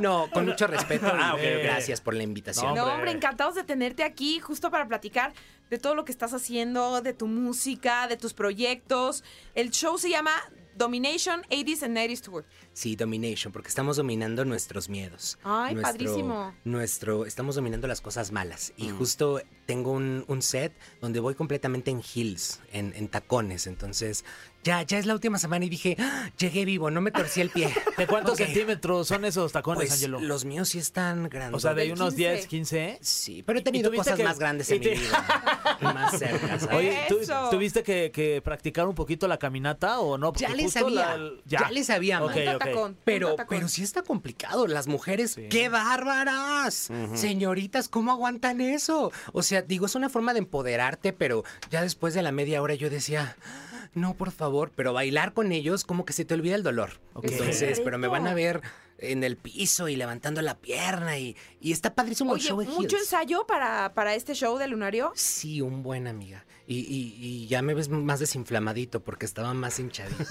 S9: No, con mucho respeto. y
S3: Ah, ok, ok.
S9: Gracias por la invitación.
S2: No, hombre, encantados de tenerte aquí justo para platicar de todo lo que estás haciendo, de tu música, de tus proyectos. El show se llama Domination 80s and 90s Tour.
S9: Sí, domination, porque estamos dominando nuestros miedos.
S2: Ay, padrísimo.
S9: Nuestro, estamos dominando las cosas malas. Y
S4: Mm.
S9: justo tengo un, un set donde voy completamente en heels, en, en tacones. Entonces, ya, ya es la última semana y dije, "Ah, llegué vivo, no me torcí el pie.
S4: ¿De cuántos
S9: Ok.
S4: centímetros son esos tacones,
S9: Pues
S4: Ángelo?
S9: los míos sí están grandes.
S4: O sea, de
S2: Del
S4: unos
S2: 15.
S4: 10, 15.
S9: Sí, pero he
S4: ¿Y
S9: tenido
S4: tuviste
S9: cosas
S4: que-
S9: más grandes
S4: y
S9: en mi
S4: te-
S9: vida. más cerca, ¿sabes?
S4: Oye, ¿tú-
S2: Eso.
S4: ¿tuviste que, que practicar un poquito la caminata o no?
S9: Ya
S4: Porque
S9: le
S4: justo
S9: sabía,
S4: la-
S9: ya. le sabía, man.
S4: Ok,
S2: Punta
S4: ok.
S2: tacón,
S9: Pero,
S2: punta tacón.
S9: pero sí está complicado. Las mujeres, ¡qué bárbaras! Señoritas, ¿cómo aguantan eso? O sea, digo, es una forma de empoderarte, pero ya después de la media hora yo decía, no, por favor, pero bailar con ellos como que se te olvida el dolor. Entonces, pero me van a ver en el piso y levantando la pierna y, y está padrísimo el
S2: Oye,
S9: show en
S2: mucho
S9: heels.
S2: ensayo para, para este show de Lunario.
S9: Sí, un buen amiga. Y, y- y ya me ves más desinflamadito porque estaba más hinchadito.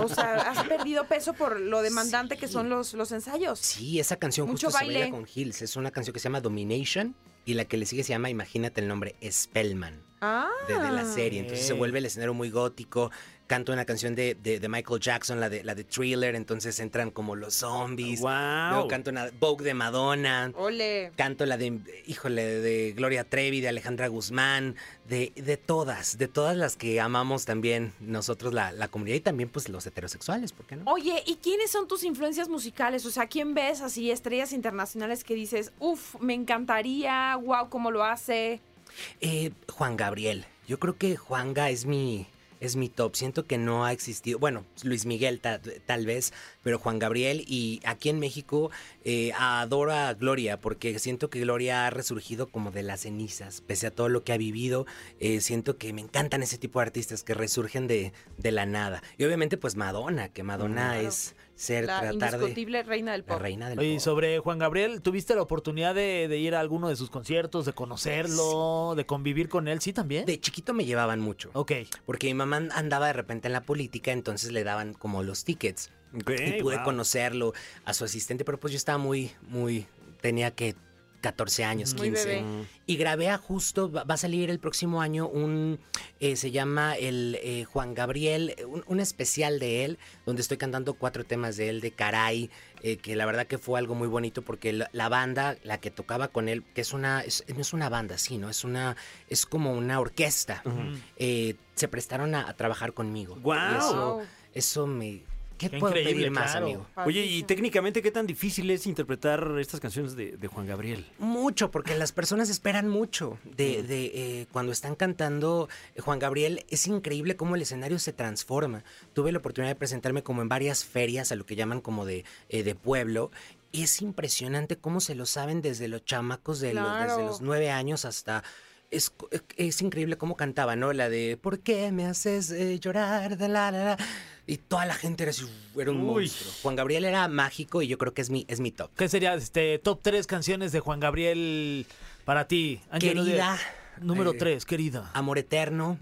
S2: O sea, has perdido peso por lo demandante que son los, los ensayos.
S9: Sí, esa canción
S2: Mucho
S9: justo se
S2: baile.
S9: baila con Hills. Es una canción que se llama Domination y la que le sigue se llama, imagínate el nombre, Spellman,
S2: Ah.
S9: de, de la serie. Entonces se
S4: ok.
S9: vuelve el escenario muy gótico. Canto una canción de, de- de Michael Jackson, la de, la de Thriller. Entonces entran como los zombies.
S3: Wow.
S9: Luego canto una Vogue de Madonna.
S2: Ole.
S9: Canto la de, híjole, de Gloria Trevi, de Alejandra Guzmán, de, de todas, de todas las que amamos también nosotros, la, la comunidad y también pues los heterosexuales, ¿por qué no?
S2: Oye, ¿y quiénes son tus influencias musicales? O sea, ¿quién ves así estrellas internacionales que dices, uff, me encantaría, wow, cómo lo hace?
S9: Eh, Juan Gabriel. Yo creo que Juanga es mi, es mi top. Siento que no ha existido. Bueno, Luis Miguel ta- tal vez, pero Juan Gabriel. Y aquí en México eh, adoro a Gloria porque siento que Gloria ha resurgido como de las cenizas. Pese a todo lo que ha vivido, eh, siento que me encantan ese tipo de artistas que resurgen de, de la nada. Y obviamente pues Madonna, que Madonna
S2: Claro.
S9: es ser,
S2: La
S9: tratar de...
S2: indiscutible reina del
S9: La
S2: pop.
S9: reina del
S4: Oye, y
S9: pop.
S4: sobre Juan Gabriel, ¿tuviste la oportunidad de, de ir a alguno de sus conciertos, de conocerlo, de convivir con él? ¿Sí también?
S9: De chiquito me llevaban mucho.
S4: Ok.
S9: Porque mi mamá andaba de repente en la política, entonces le daban como los tickets. y pude conocerlo a su asistente, pero pues yo estaba muy, muy, tenía que 14 años,
S2: Muy
S9: 15.
S2: bebé.
S9: Y grabé a justo, va va a salir el próximo año un, eh, se llama el eh, Juan Gabriel, eh, un, un especial de él, donde estoy cantando cuatro temas de él, de Caray, eh, que la verdad que fue algo muy bonito porque la, la banda, la que tocaba con él, que es una, es- no es una banda, sí, ¿no? Es una, es como una orquesta, eh, se prestaron a, a trabajar conmigo. Y
S3: Guau.
S9: eso, eso me... ¿Qué,
S4: Qué
S9: puedo
S4: increíble,
S9: pedir más,
S4: claro.
S9: amigo?
S3: Oye, y técnicamente, ¿qué tan difícil es interpretar estas canciones de, de Juan Gabriel?
S9: Mucho, porque las personas esperan mucho de, de, eh, cuando están cantando eh, Juan Gabriel. Es increíble cómo el escenario se transforma. Tuve la oportunidad de presentarme como en varias ferias, a lo que llaman como de, eh, de pueblo. Y es impresionante cómo se lo saben desde los chamacos, de los-
S2: Claro.
S9: desde los nueve años hasta... Es, co- es increíble cómo cantaba, ¿no? La de ¿Por qué me haces eh, llorar? Da, la, la, la". Y toda la gente era así, era un monstruo. Juan Gabriel era mágico y yo creo que es mi, es mi top.
S4: ¿Qué sería este top 3 canciones de Juan Gabriel para ti? Ángel Odier?
S9: Querida.
S4: Número
S9: Eh,
S4: 3, querida.
S9: Amor eterno.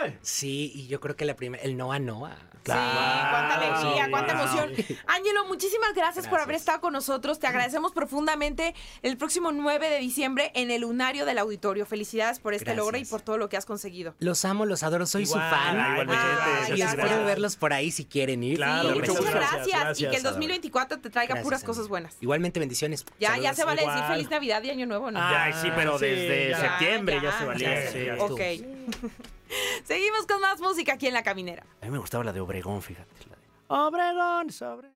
S4: ¡Ay!
S9: Sí, y yo creo que la primera, el Noa Noa.
S2: Sí, cuánta alegría,
S4: sí,
S2: cuánta
S4: wow.
S2: emoción. Ángelo, muchísimas gracias, por haber estado con nosotros. Te agradecemos profundamente el próximo 9 de diciembre en el lunario del auditorio. Felicidades por este
S9: Gracias.
S2: logro y por todo lo que has conseguido.
S9: Los amo, los adoro, soy
S4: Igual,
S9: su fan.
S3: igualmente,
S2: Ay,
S9: y
S2: gracias.
S9: espero verlos por ahí si quieren ir.
S4: Claro,
S2: Sí,
S4: mucho
S2: muchas
S4: gusto.
S2: gracias.
S4: Gracias,
S2: y que el
S4: gracias,
S2: 2024 te traiga
S9: Gracias,
S2: puras
S9: amigo.
S2: cosas buenas.
S9: Igualmente bendiciones.
S2: Ya, ya
S9: Saludos.
S2: se vale decir
S4: igual.
S2: feliz Navidad y Año Nuevo, ¿no?
S4: Ah,
S3: Ay, sí, pero
S4: sí,
S3: desde
S4: ya.
S3: septiembre ya,
S2: ya,
S3: se valía.
S2: ya.
S3: sí, ya estuvo.
S2: ok. Seguimos con más música aquí en La Caminera.
S3: A mí me gustaba la de Obregón, fíjate. la de Obregón, sobre.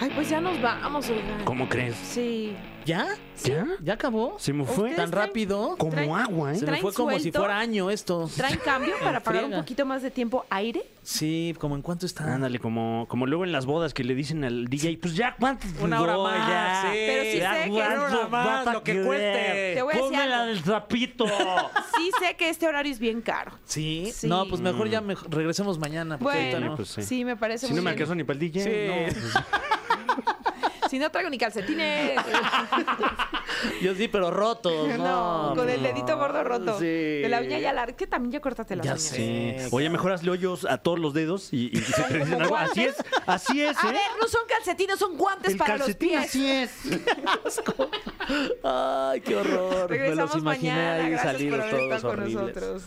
S2: Ay, pues ya nos vamos, oigan.
S7: ¿Cómo crees?
S2: Sí.
S10: ¿Ya?
S7: ¿Ya?
S10: ¿Ya acabó?
S7: Se me fue
S2: ¿Ustedes
S10: ¿Tan rápido?
S7: como
S2: traen-
S7: agua, ¿eh?
S10: Se me
S2: traen
S10: fue como si
S2: suelto?
S10: fuera año esto.
S2: ¿Traen cambio para pagar un
S10: friega.
S2: poquito más de tiempo aire?
S10: Sí, como en cuánto está.
S7: Ándale, como, como luego en las bodas que le dicen al DJ, pues ya, ¿cuánto?
S10: Una hora más, sí.
S2: Pero sí sé que-
S7: ¿cuánto
S2: Una hora
S7: vas
S10: más,
S7: a
S10: lo que
S7: querer?
S10: cueste.
S2: Te voy a decir
S7: Ponme la
S2: algo.
S7: del trapito.
S2: Sí sé que este horario es bien caro.
S10: ¿Sí?
S2: Sí.
S10: No, pues mejor ya mej- regresemos mañana. porque ahorita
S2: Bueno,
S10: no.
S7: pues sí.
S2: sí, me parece
S7: si
S2: muy
S7: no me
S2: bien.
S7: alcanzó ni para el DJ. no.
S2: Si no traigo ni calcetines. eh,
S10: Yo sí, pero rotos. No,
S2: no, con el
S10: no.
S2: dedito gordo roto.
S7: Sí.
S2: De la uña ya larga. Que también ya cortaste las
S10: Ya
S2: uñas.
S10: sé.
S7: Sí. Oye, mejor hazle hoyos a todos los dedos y, y se te dicen algo.
S2: guantes.
S7: Así es, así es,
S2: A
S7: ¿eh?
S2: ver, no son calcetines, son guantes
S7: El
S2: para los
S7: calcetín
S2: pies.
S7: así es.
S10: Ay, qué horror. Me los
S2: Regresamos
S10: imaginé
S2: mañana.
S10: ahí
S2: Gracias por
S10: salidos
S2: haber
S10: todos
S2: estado con
S10: horribles.
S2: nosotros.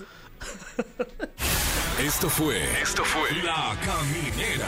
S1: Esto fue. Esto fue. La Caminera.